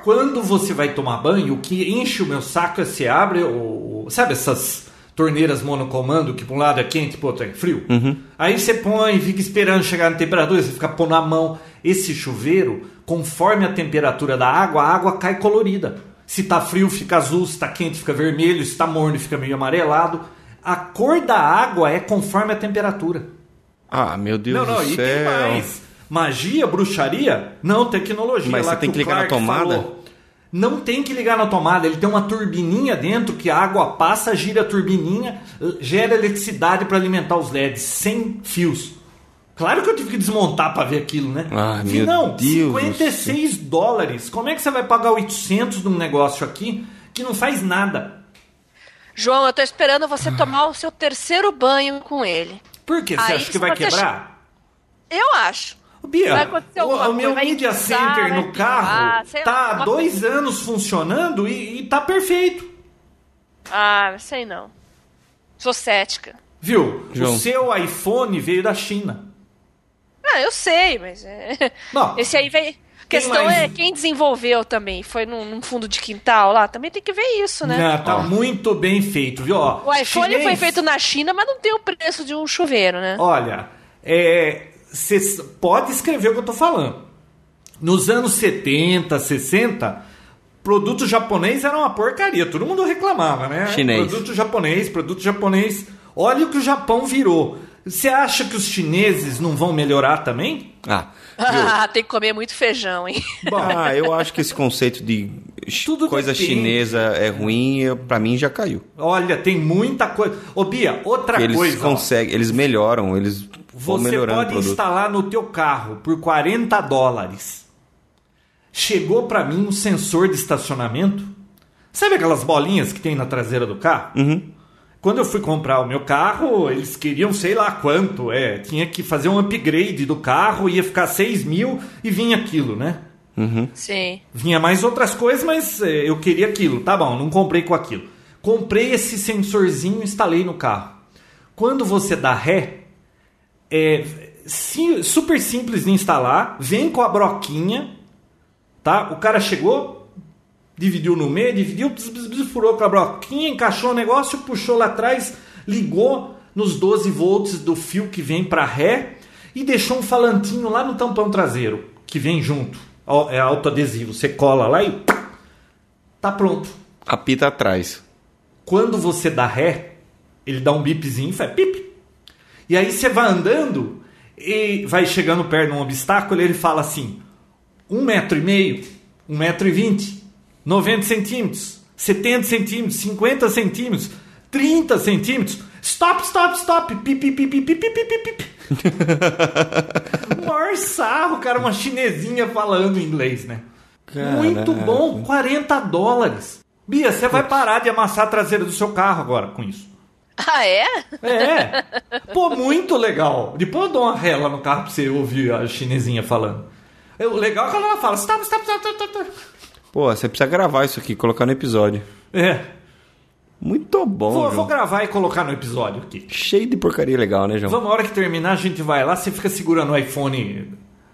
quando você vai tomar banho, o que enche o meu saco é se abre o, o- sabe essas torneiras monocomando que para um lado é quente, pro outro é frio. Aí você põe, fica esperando chegar na temperatura, você fica pondo a mão. Esse chuveiro, conforme a temperatura da água, a água cai colorida. Se tá frio, fica azul, se tá quente, fica vermelho, se tá morno, fica meio amarelado. A cor da água é conforme a temperatura.
Ah, meu Deus
Não, não,
do
e tem
céu.
mais. Magia, bruxaria? Não, tecnologia.
Mas
lá
você tem
o
que ligar na
Clark
tomada?
falou. Não tem que ligar na tomada, ele tem uma turbininha dentro que a água passa, gira a turbininha, eh, gera eletricidade para alimentar os LEDs, sem fios. Claro que eu tive que desmontar para ver aquilo, né?
Ah,
Vi,
meu
não,
Deus do
56 dólares. Como é que você vai pagar 800 num negócio aqui que não faz nada? Ah.
João, eu tô esperando você tomar o seu terceiro banho com ele.
Por quê? Você
Aí
acha que
isso
vai
pode ter
quebrar?
Eu acho.
Bia,
Vai acontecer
o,
alguma
o meu
coisa, vai
media
inundar,
center
vai
no
piorar,
carro
sei lá,
tá há
alguma
dois anos funcionando e, e tá perfeito.
Ah, sei não. Sou cética.
Viu?
João.
O seu iPhone veio da China.
Ah, eu sei, mas. é-
Não.
Esse aí vem. A questão
mais- um.
é quem desenvolveu também. Foi num, num fundo de quintal lá. Também tem que ver isso, né?
Não, tá
Ó.
muito bem feito, viu? Ó,
O iPhone
chinês,
foi feito na China, mas não tem o preço de um chuveiro, né?
Olha, você pode escrever o que eu tô falando. Nos anos 70, 60, produto japonês era uma porcaria. Todo mundo reclamava, né?
Chinês.
Produto japonês, produto japonês. Olha o que o Japão virou. Você acha que os chineses não vão melhorar também?
Ah,
Ah, tem que comer muito feijão, hein?
ah, eu acho que esse conceito de ch-
Tudo
coisa
depende.
chinesa é ruim, eu- pra mim já caiu.
Olha, tem muita coisa. Ô, Bia, outra
Eles
coisa. ó.
conseguem, eles melhoram, eles vão
Você
melhorando o
pode
produto.
instalar no teu carro por 40 dólares. Chegou pra mim um sensor de estacionamento. Sabe aquelas bolinhas que tem na traseira do carro?
Uhum.
Quando eu fui comprar o meu carro, eles queriam sei lá quanto. É, tinha que fazer um upgrade do carro, ia ficar 6 mil e vinha aquilo, né?
Sim.
Vinha mais outras coisas, mas é, eu queria aquilo. Tá bom, não comprei com aquilo. Comprei esse sensorzinho e instalei no carro. Quando você dá ré, é si- super simples de instalar. Vem com a broquinha, tá? O cara chegou, dividiu no meio, dividiu, bzz, bzz, bzz, furou com a broquinha, encaixou o negócio, puxou lá atrás, ligou nos 12 volts do fio que vem para ré e deixou um falantinho lá no tampão traseiro, que vem junto. Ó, É autoadesivo, você cola lá e tá pronto.
Apita atrás.
Quando você dá ré, ele dá um bipzinho e faz pip. E aí você vai andando e vai chegando perto de um obstáculo, ele fala assim: um metro e meio, um metro e vinte, 90 centímetros, 70 centímetros, 50 centímetros, 30 centímetros. Stop, stop, stop. Pip, pip, pip, pip, pip, pip, pip. O maior sarro, cara, uma chinesinha falando inglês, né?
Caraca.
Muito bom, 40 dólares. Bia, você vai parar de amassar a traseira do seu carro agora com isso.
Ah, é?
É. Pô, muito legal. Depois eu dou uma rela no carro pra você ouvir a chinesinha falando. É, O legal é quando ela fala, stop, stop, stop, stop, stop, stop.
Pô, você precisa gravar isso aqui, colocar no episódio.
É.
Muito bom,
Vou,
João.
vou gravar e colocar no episódio aqui.
Cheio de porcaria legal, né, João?
Vamos, a hora que terminar, a gente vai lá, você fica segurando o iPhone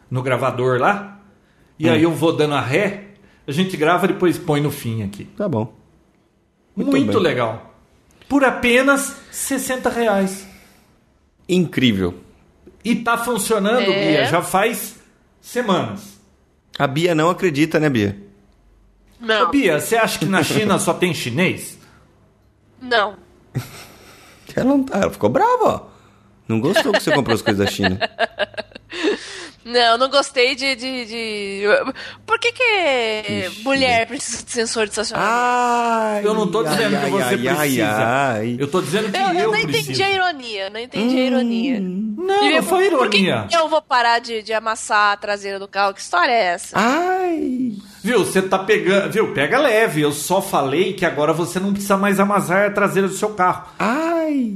no gravador lá.
Hum.
E aí eu vou dando a ré, a gente grava e depois põe no fim aqui.
Tá bom.
Muito,
bem.
legal. Por apenas 60 reais.
Incrível.
E tá funcionando,
É.
Bia, já faz semanas.
A Bia não acredita, né, Bia?
Não.
Ô, Bia, você acha que na China só tem chinês?
Não.
Ela não tá, ela ficou brava, ó. Não gostou que você comprou as coisas da China.
Não, não gostei de. de, de... Por que, que mulher precisa de sensor de
Ah,
estacionamento?
Ai,
Eu não tô
ai,
dizendo que
ai,
você
ai,
precisa.
ai, ai.
Eu tô dizendo que eu,
eu, eu não
preciso. Hum.
entendi a ironia, não entendi a ironia.
Não, não foi
Por que
ironia.
que eu vou parar de, de amassar a traseira do carro? Que história é
Ah.
essa?
Ai.
Viu, você tá pegando. Viu, pega leve. Eu só falei que agora você não precisa mais amassar a traseira do seu carro.
Ai.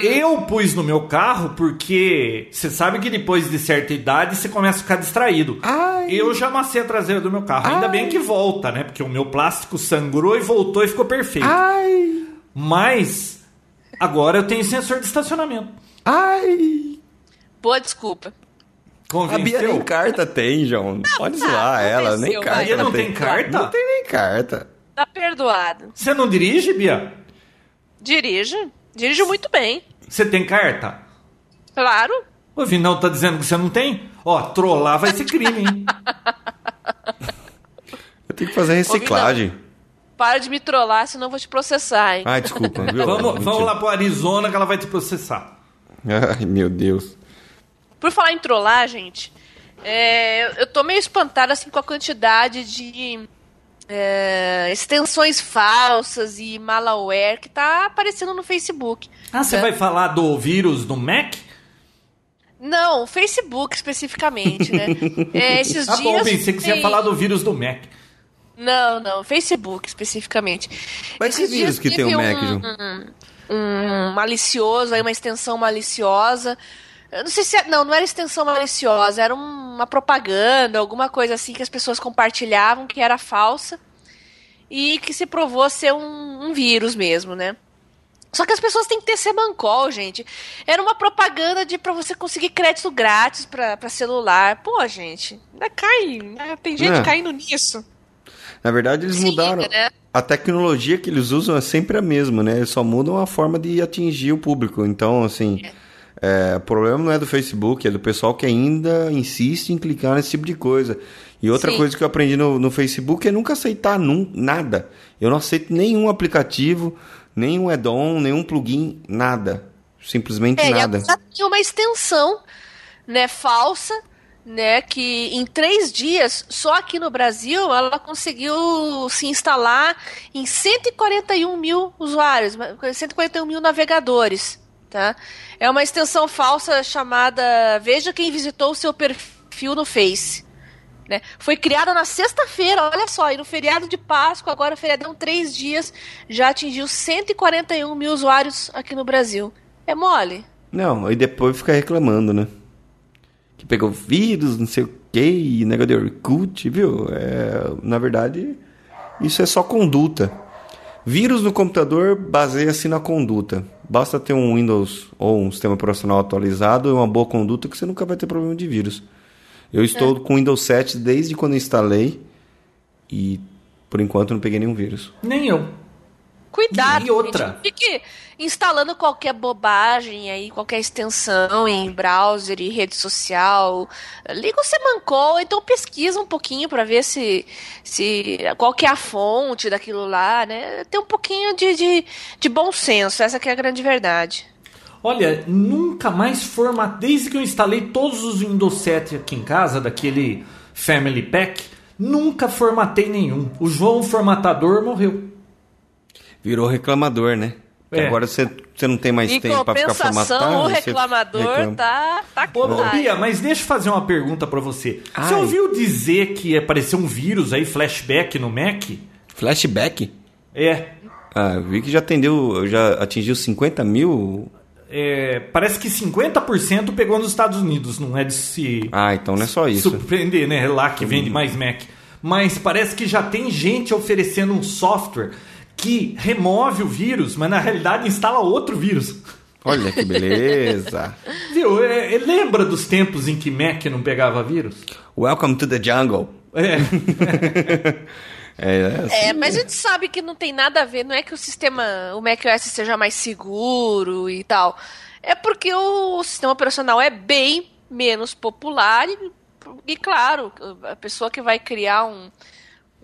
Eu pus no meu carro porque você sabe que depois de certa idade você começa a ficar distraído.
Ai.
Eu já amassei a traseira do meu carro. Ainda
Ai.
bem que volta, né? Porque o meu plástico sangrou e voltou e ficou perfeito.
Ah. Ai.
Mas agora eu tenho sensor de estacionamento.
Ai.
Boa desculpa.
A Bia nem
Convenceu?
carta tem, João. Pode zoar ela, nem
convenceu,
carta.
vai.
Bia não
ela
tem carta?
Não tem nem carta.
Tá perdoado.
Você não dirige, Bia?
Dirijo. Dirijo muito bem.
Você tem carta?
Claro.
O Vinão tá dizendo que você não tem? Ó, trollar vai ser crime, hein?
Eu tenho que fazer reciclagem.
Para de me trollar, senão eu vou te processar, hein?
Ai, desculpa, viu?
vamos, vamos
Mentira.
lá pro Arizona que ela vai te processar.
Ai, meu Deus.
Por falar em trollar, gente, é, eu- eu tô meio espantada assim, com a quantidade de é, extensões falsas e malware que tá aparecendo no Facebook.
Ah, você
É.
vai falar do vírus do Mac?
Não, o Facebook especificamente, né? É, esses
Ah, bom,
dias.
pensei que você ia
tem-
falar do vírus do Mac.
Não, não, Facebook especificamente.
Mas que
Esses dias
vírus que tem o
teve
Mac,
um-
João?
um malicioso, aí uma extensão maliciosa. Eu não sei se. é, Não, não era extensão maliciosa, era um, uma propaganda, alguma coisa assim que as pessoas compartilhavam que era falsa e que se provou ser um, um vírus mesmo, né? Só que as pessoas têm que ter semancol, gente. Era uma propaganda de para você conseguir crédito grátis para celular. Pô, gente, ainda cai. Ainda tem gente
É.
caindo nisso.
Na verdade, eles
Se
mudaram.
liga, né?
A tecnologia que eles usam é sempre a mesma, né? Eles só mudam a forma de atingir o público. Então, assim, é, o problema não é do Facebook, é do pessoal que ainda insiste em clicar nesse tipo de coisa. E outra
Sim.
coisa que eu aprendi no, no Facebook é nunca aceitar nun- nada. Eu não aceito nenhum aplicativo, nenhum add-on, nenhum plugin, nada. Simplesmente
É, e
nada.
agora tem uma extensão, né, falsa, né, que em três dias, só aqui no Brasil, ela conseguiu se instalar em 141 mil usuários, 141 mil navegadores, tá? É uma extensão falsa chamada Veja quem visitou o seu perfil no Face. Né? Foi criada na sexta-feira, olha só, e no feriado de Páscoa, agora o feriadão três dias, já atingiu 141 mil usuários aqui no Brasil. É mole?
Não, e depois fica reclamando, né? Que pegou vírus, não sei o quê, e negócio de Orkut, viu? É, na verdade, isso é só conduta. Vírus no computador baseia-se na conduta. Basta ter um Windows ou um sistema operacional atualizado e uma boa conduta que você nunca vai ter problema de vírus. Eu estou com o Windows 7 desde quando eu instalei e por enquanto não peguei nenhum vírus.
Nem eu.
Cuidado,
E outra?
gente, não fique instalando qualquer bobagem aí, qualquer extensão em browser e rede social. Liga o Semancol, então pesquisa um pouquinho para ver se, se qual que é a fonte daquilo lá, né? Tem um pouquinho de, de, de bom senso, essa que é a grande verdade.
Olha, nunca mais formatei. Desde que eu instalei todos os Windows 7 aqui em casa, daquele Family Pack, nunca formatei nenhum. O João Formatador morreu.
Virou reclamador, né?
É.
Agora você, você não tem mais
em
tempo pra ficar formatando.
compensação, o
você
reclamador
reclama.
tá, tá
Ô,
com
ô,
raiva.
Bia, mas deixa eu fazer uma pergunta pra você. Você
Ai.
ouviu dizer que apareceu um vírus aí, flashback no Mac?
Flashback?
É.
Ah, eu vi que já atendeu, já atingiu 50 mil.
é, parece que 50% pegou nos Estados Unidos, não é de se
Ah, então não é só isso.
surpreender, né? É lá que vende mais Mac. Mas parece que já tem gente oferecendo um software que remove o vírus, mas na realidade instala outro vírus.
Olha que beleza.
Viu? É, é, lembra dos tempos em que Mac não pegava vírus?
Welcome to the jungle.
É.
É, é assim.
É, mas a gente sabe que não tem nada a ver, não é que o sistema, o macOS seja mais seguro e tal. É porque o sistema operacional é bem menos popular e, e, claro, a pessoa que vai criar um,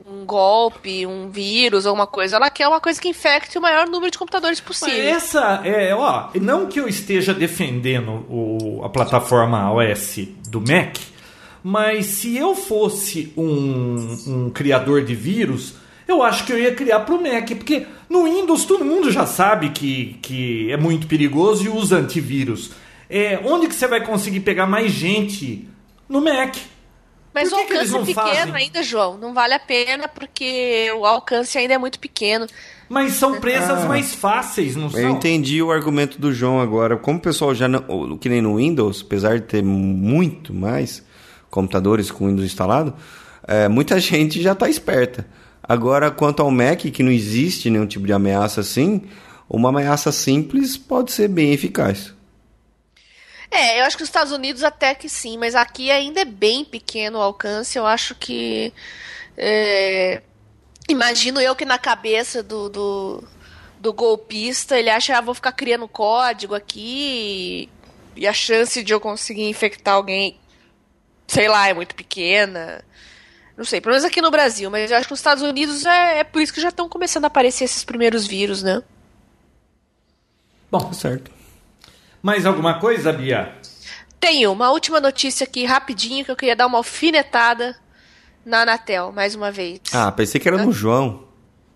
um golpe, um vírus ou uma coisa, ela quer uma coisa que infecte o maior número de computadores
Mas
possível.
essa é, ó, não que eu esteja defendendo o, a plataforma OS do Mac, mas se eu fosse um, um criador de vírus, eu acho que eu ia criar para o Mac, porque no Windows todo mundo já sabe que, que é muito perigoso e usa antivírus. É, onde que você vai conseguir pegar mais gente? No Mac.
Mas
Por
o
que que
alcance
eles
é
não
pequeno
fazem?
ainda, João. Não vale a pena porque o alcance ainda é muito pequeno.
Mas são presas
Ah.
mais fáceis, não são?
Eu entendi o argumento do João agora. Como o pessoal já não, ou, que nem no Windows, apesar de ter muito mais computadores com Windows instalado, é, muita gente já está esperta. Agora, quanto ao Mac, que não existe nenhum tipo de ameaça assim, uma ameaça simples pode ser bem eficaz.
É, eu acho que os Estados Unidos até que sim, mas aqui ainda é bem pequeno o alcance. Eu acho que. é, imagino eu que na cabeça do, do, do golpista ele acha, ah, vou ficar criando código aqui e a chance de eu conseguir infectar alguém, sei lá, é muito pequena. Não sei, pelo menos aqui no Brasil, mas eu acho que nos Estados Unidos é, é por isso que já estão começando a aparecer esses primeiros vírus, né?
Bom,
Tá certo.
mais alguma coisa, Bia?
Tenho uma última notícia aqui rapidinho que eu queria dar uma alfinetada na Anatel, mais uma vez.
Ah, pensei que era no João.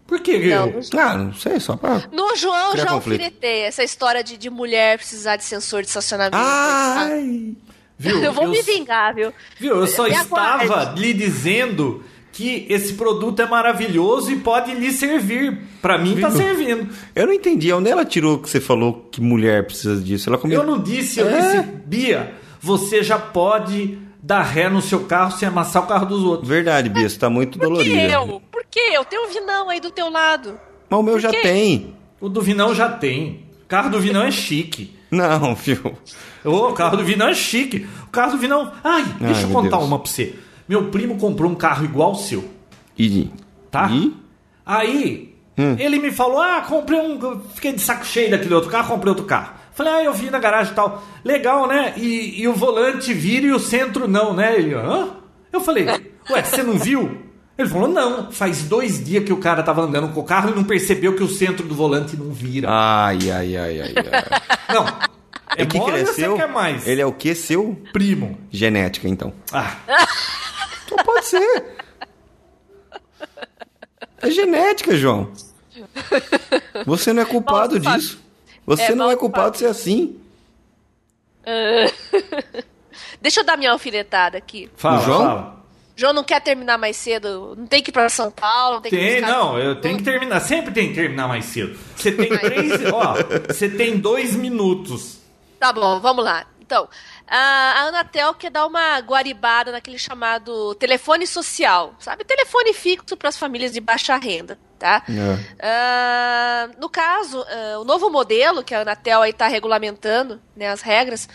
Por que
Não,
eu...
Ah, não sei, só pra.
No João
Criar
já
conflito.
alfinetei essa história de, de mulher precisar de sensor de estacionamento.
Ai!
Viu?
eu vou me
Ah, Eu-
vingar, viu?
Viu? Eu só
Me
estava
aguarde.
lhe dizendo que esse produto é maravilhoso e pode lhe servir. Pra mim tá servindo.
Eu não entendi. Onde ela tirou que você falou que mulher precisa disso? Ela comeu.
Eu não disse, eu
É?
disse, Bia, você já pode dar ré no seu carro sem amassar o carro dos outros.
Verdade, Bia, você tá muito
Por que
dolorida.
eu? Por que eu? Tem um vinão aí do teu lado.
Mas o meu já
quê?
tem.
O do Vinão já tem. O carro do Vinão é chique.
Não, viu?
Ô, o carro do Vinão é chique. O carro do Vinão. Ai, deixa eu
meu
contar
Deus.
uma pra você. Meu primo comprou um carro igual ao seu.
E.
Tá?
E?
Aí
Hum.
ele me falou: Ah, comprei um. Fiquei de saco cheio daquele outro carro, comprei outro carro. Falei, ah, eu vi na garagem e tal. Legal, né? E, e o volante vira e o centro não, né? Ele, hã? Eu falei, ué, você não viu? Ele falou, não. Faz dois dias que o cara tava andando com o carro e não percebeu que o centro do volante não vira.
Ai, ai, ai, ai, ai.
Não.
É que
mole,
cresceu.
Você quer mais.
Ele é o que seu?
primo.
Genética, então.
Ah,
Então pode ser. É genética, João. Você não é culpado
Nossa,
disso. Você
É,
não é
nossa,
culpado de ser assim.
Deixa eu dar minha alfinetada aqui.
fala,
O João?
fala.
João não quer terminar mais cedo, não tem que ir pra São Paulo, não tem, que
Tem,
buscar-
não, eu tenho que terminar. Sempre tem que terminar mais cedo. Você tem três. ó, você tem dois minutos.
Tá bom, vamos lá. Então, a a Anatel quer dar uma guaribada naquele chamado telefone social, sabe? Telefone fixo para as famílias de baixa renda, tá?
É.
Ah, no caso, ah, o novo modelo que a Anatel aí está regulamentando, né, as regras,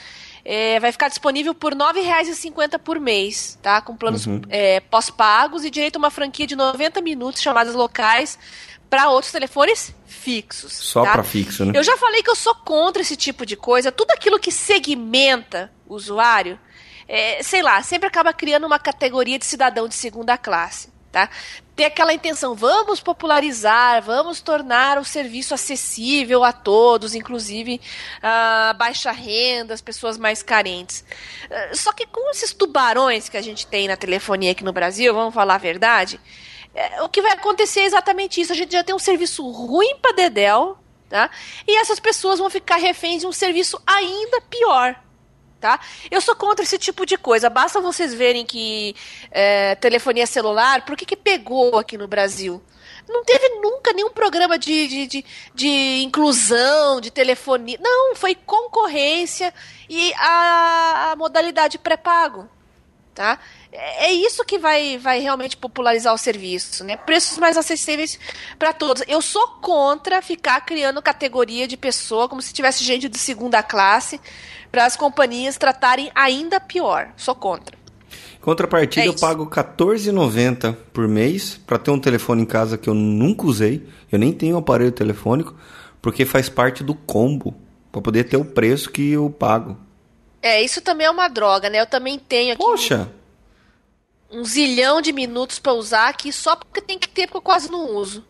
eh, vai ficar disponível por R$ 9,50 por mês, tá? Com planos
Uhum.
eh, pós-pagos e direito a uma franquia de 90 minutos chamadas locais para outros telefones fixos.
Só
tá?
pra fixo, né?
Eu já falei que eu sou contra esse tipo de coisa. Tudo aquilo que segmenta o usuário, é, sei lá, sempre acaba criando uma categoria de cidadão de segunda classe. Tá? Tem aquela intenção, vamos popularizar, vamos tornar o serviço acessível a todos, inclusive a baixa renda, as pessoas mais carentes. Ah, Só que com esses tubarões que a gente tem na telefonia aqui no Brasil, vamos falar a verdade, é, o que vai acontecer é exatamente isso. A gente já tem um serviço ruim para Dedel, tá? E essas pessoas vão ficar reféns de um serviço ainda pior. Tá? Eu sou contra esse tipo de coisa. Basta vocês verem que é, telefonia celular, por que, que pegou aqui no Brasil? Não teve nunca nenhum programa de, de, de, de inclusão, de telefonia. Não, foi concorrência e a, a modalidade pré-pago tá? É é isso que vai, vai realmente popularizar o serviço, né? Preços mais acessíveis para todos. Eu sou contra ficar criando categoria de pessoa como se tivesse gente de segunda classe para as companhias tratarem ainda pior. Sou contra.
Contrapartida,
É
eu
isso.
pago R$14,90 por mês pra ter um telefone em casa que eu nunca usei. Eu nem tenho aparelho telefônico, porque faz parte do combo. Pra poder ter o preço que eu pago.
É, isso também é uma droga, né? Eu também tenho aqui
Poxa,
um zilhão de minutos para usar aqui só porque tem que ter porque eu quase não uso.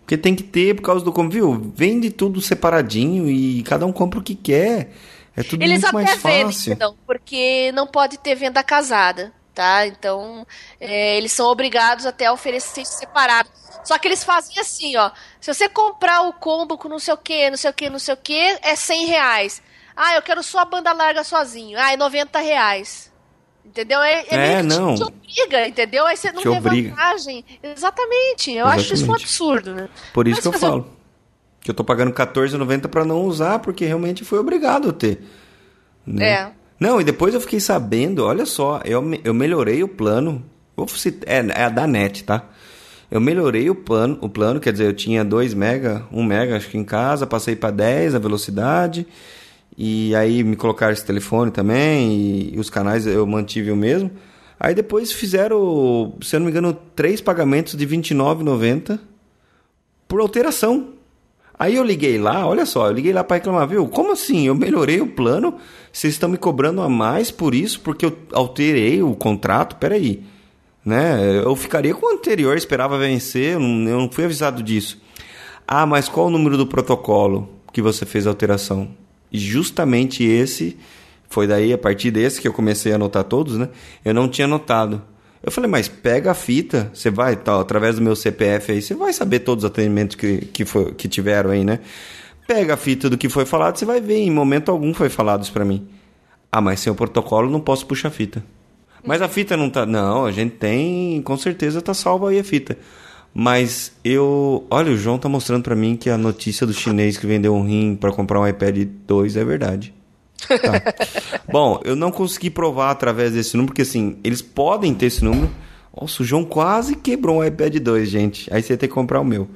porque tem que ter por causa do combo. Viu? Vende tudo separadinho e cada um compra o que quer. É tudo
Eles
muito
até
mais
vendem,
fácil.
então, porque não pode ter venda casada, tá? Então, é, eles são obrigados até a oferecer separado. Só que eles fazem assim, ó. Se você comprar o combo com não sei o que, não sei o que, não sei o que, é 100 reais. Ah, eu quero só a banda larga sozinho. Ah, é 90 reais. Entendeu? É, é
É,
meio que te-
não.
te obriga, entendeu? Aí você não
Te
tem
obriga.
vantagem. Exatamente. Eu acho isso um
Exatamente.
absurdo, né?
Por isso
Mas
que eu
fazer o
falo. Que eu tô pagando R$14,90 pra não usar, porque realmente foi obrigado a ter. né?
É.
Não, e depois eu fiquei sabendo, olha só, eu, me- eu melhorei o plano. Vou cit- É, é a da net, tá? Eu melhorei o plano, o plano, quer dizer, eu tinha 2 mega, 1 mega acho que em casa, passei pra 10 a velocidade. E aí me colocaram esse telefone também, e, e os canais eu mantive o mesmo. Aí depois fizeram, se eu não me engano, três pagamentos de R$29,90 por alteração. Aí eu liguei lá, olha só, eu liguei lá para reclamar, viu? Como assim? Eu melhorei o plano, vocês estão me cobrando a mais por isso, porque eu alterei o contrato? Peraí, né? Eu ficaria com o anterior, esperava vencer, eu não eu não fui avisado disso. Ah, mas qual o número do protocolo que você fez a alteração? Justamente esse, foi daí, a partir desse que eu comecei a anotar todos, né? Eu não tinha anotado. Eu falei, mas pega a fita, você vai, tal, através do meu CPF aí, você vai saber todos os atendimentos que, que, foi- que tiveram aí, né? Pega a fita do que foi falado, você vai ver, em momento algum foi falado isso pra mim. Ah, mas sem o protocolo não posso puxar a fita. Mas a fita não tá. Não, a gente tem. Com certeza tá salva aí a fita. Mas eu. Olha, o João tá mostrando para mim que a notícia do chinês que vendeu um rim para comprar um iPad 2 é verdade. Tá. Bom, eu não consegui provar através desse número, porque assim, eles podem ter esse número. Nossa, o João quase quebrou um iPad 2, gente. Aí você ia ter que comprar o meu.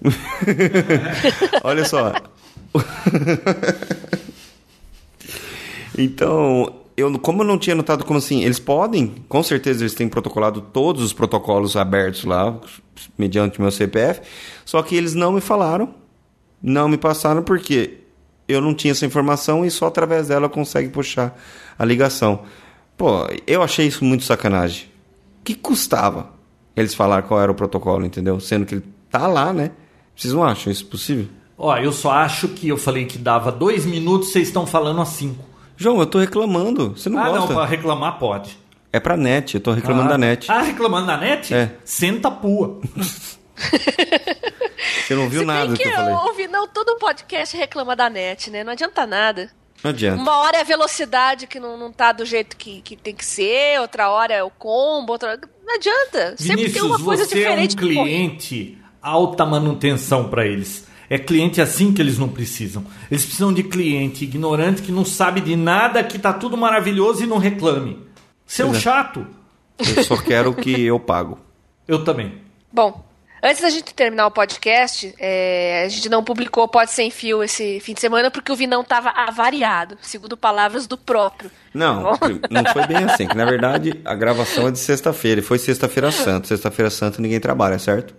Olha só. então, eu, como eu não tinha notado como assim, eles podem, com certeza eles têm protocolado todos os protocolos abertos lá, mediante meu CPF, só que eles não me falaram, não me passaram, porque eu não tinha essa informação e só através dela consegue puxar a ligação. Pô, eu achei isso muito sacanagem. Que custava eles falar qual era o protocolo, entendeu? Sendo que ele tá lá, né? Vocês não acham isso possível?
Ó, eu só acho que eu falei que dava dois minutos, vocês estão falando a cinco.
João, eu tô reclamando. Você não
ah,
gosta?
não, pra reclamar pode.
É pra net, eu tô reclamando
ah,
da net.
Ah, reclamando da net?
É.
Senta pua.
Você não viu
Se
nada
bem
que,
que
eu falei.
ouvi, não, todo podcast reclama da net, né? Não adianta nada.
Não adianta.
Uma hora é a velocidade que não, não tá do jeito que, que tem que ser, outra hora é o combo, outra Não adianta. Sempre tem uma
Vinícius,
coisa
você é um
diferente. pro correio.
cliente alta manutenção pra eles. É cliente assim que eles não precisam. Eles precisam de cliente ignorante que não sabe de nada, que tá tudo maravilhoso e não reclame. Você é um
Pois é.
chato.
Eu só quero o que eu pago.
Eu também.
Bom, antes da gente terminar o podcast, é, a gente não publicou Pode Sem Fio esse fim de semana porque o Vinão tava avariado, segundo palavras do próprio.
Não,
Tá bom?
não foi bem assim. que, na verdade, a gravação é de sexta-feira. E foi sexta-feira santa. Sexta-feira santa ninguém trabalha, certo?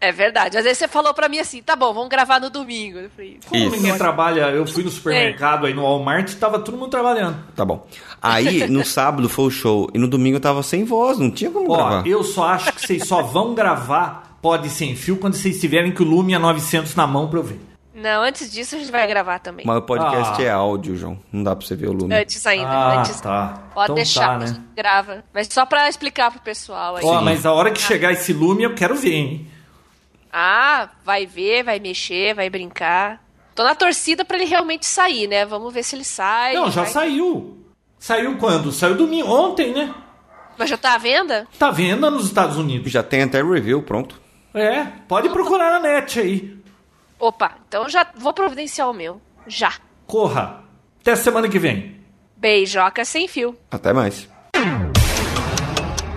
É verdade. Às vezes você falou pra mim assim, tá bom, vamos gravar no domingo. Eu falei, assim?"
Como
Isso.
ninguém trabalha, eu fui no supermercado aí no Walmart, tava todo mundo trabalhando.
Tá bom. Aí, no sábado foi o show. E no domingo eu tava sem voz. Não tinha como
Ó,
gravar.
eu só acho que vocês só vão gravar Pode Sem Fio quando vocês tiverem que o Lumia 900 na mão pra eu ver.
não, antes disso a gente vai gravar também.
Mas o podcast
Ah.
é áudio, João. Não dá pra você ver o lume.
Antes ainda,
Ah,
antes.
tá.
Pode
Então
deixar,
tá,
a
né?
gente grava. Mas só pra explicar pro pessoal aí.
Ó, mas a hora que chegar esse Lumia eu quero ver, hein?
Ah, vai ver, vai mexer, vai brincar. Tô na torcida pra ele realmente sair, né? Vamos ver se ele sai.
Não, já
É vai-
saiu. Saiu quando? Saiu domingo, ontem, né?
Mas já tá à venda?
Tá vendo nos Estados Unidos.
Já tem até review, pronto.
É, pode procurar na net aí.
Opa, então já vou providenciar o meu. Já.
Corra. Até semana que vem.
Beijoca sem fio.
Até mais.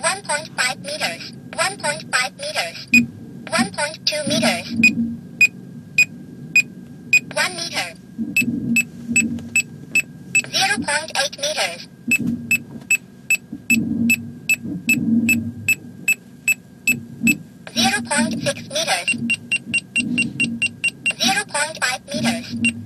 One point five meters. One point five meters. One point two meters. One meter. Zero point eight meters. Zero point six meters. Zero point five meters.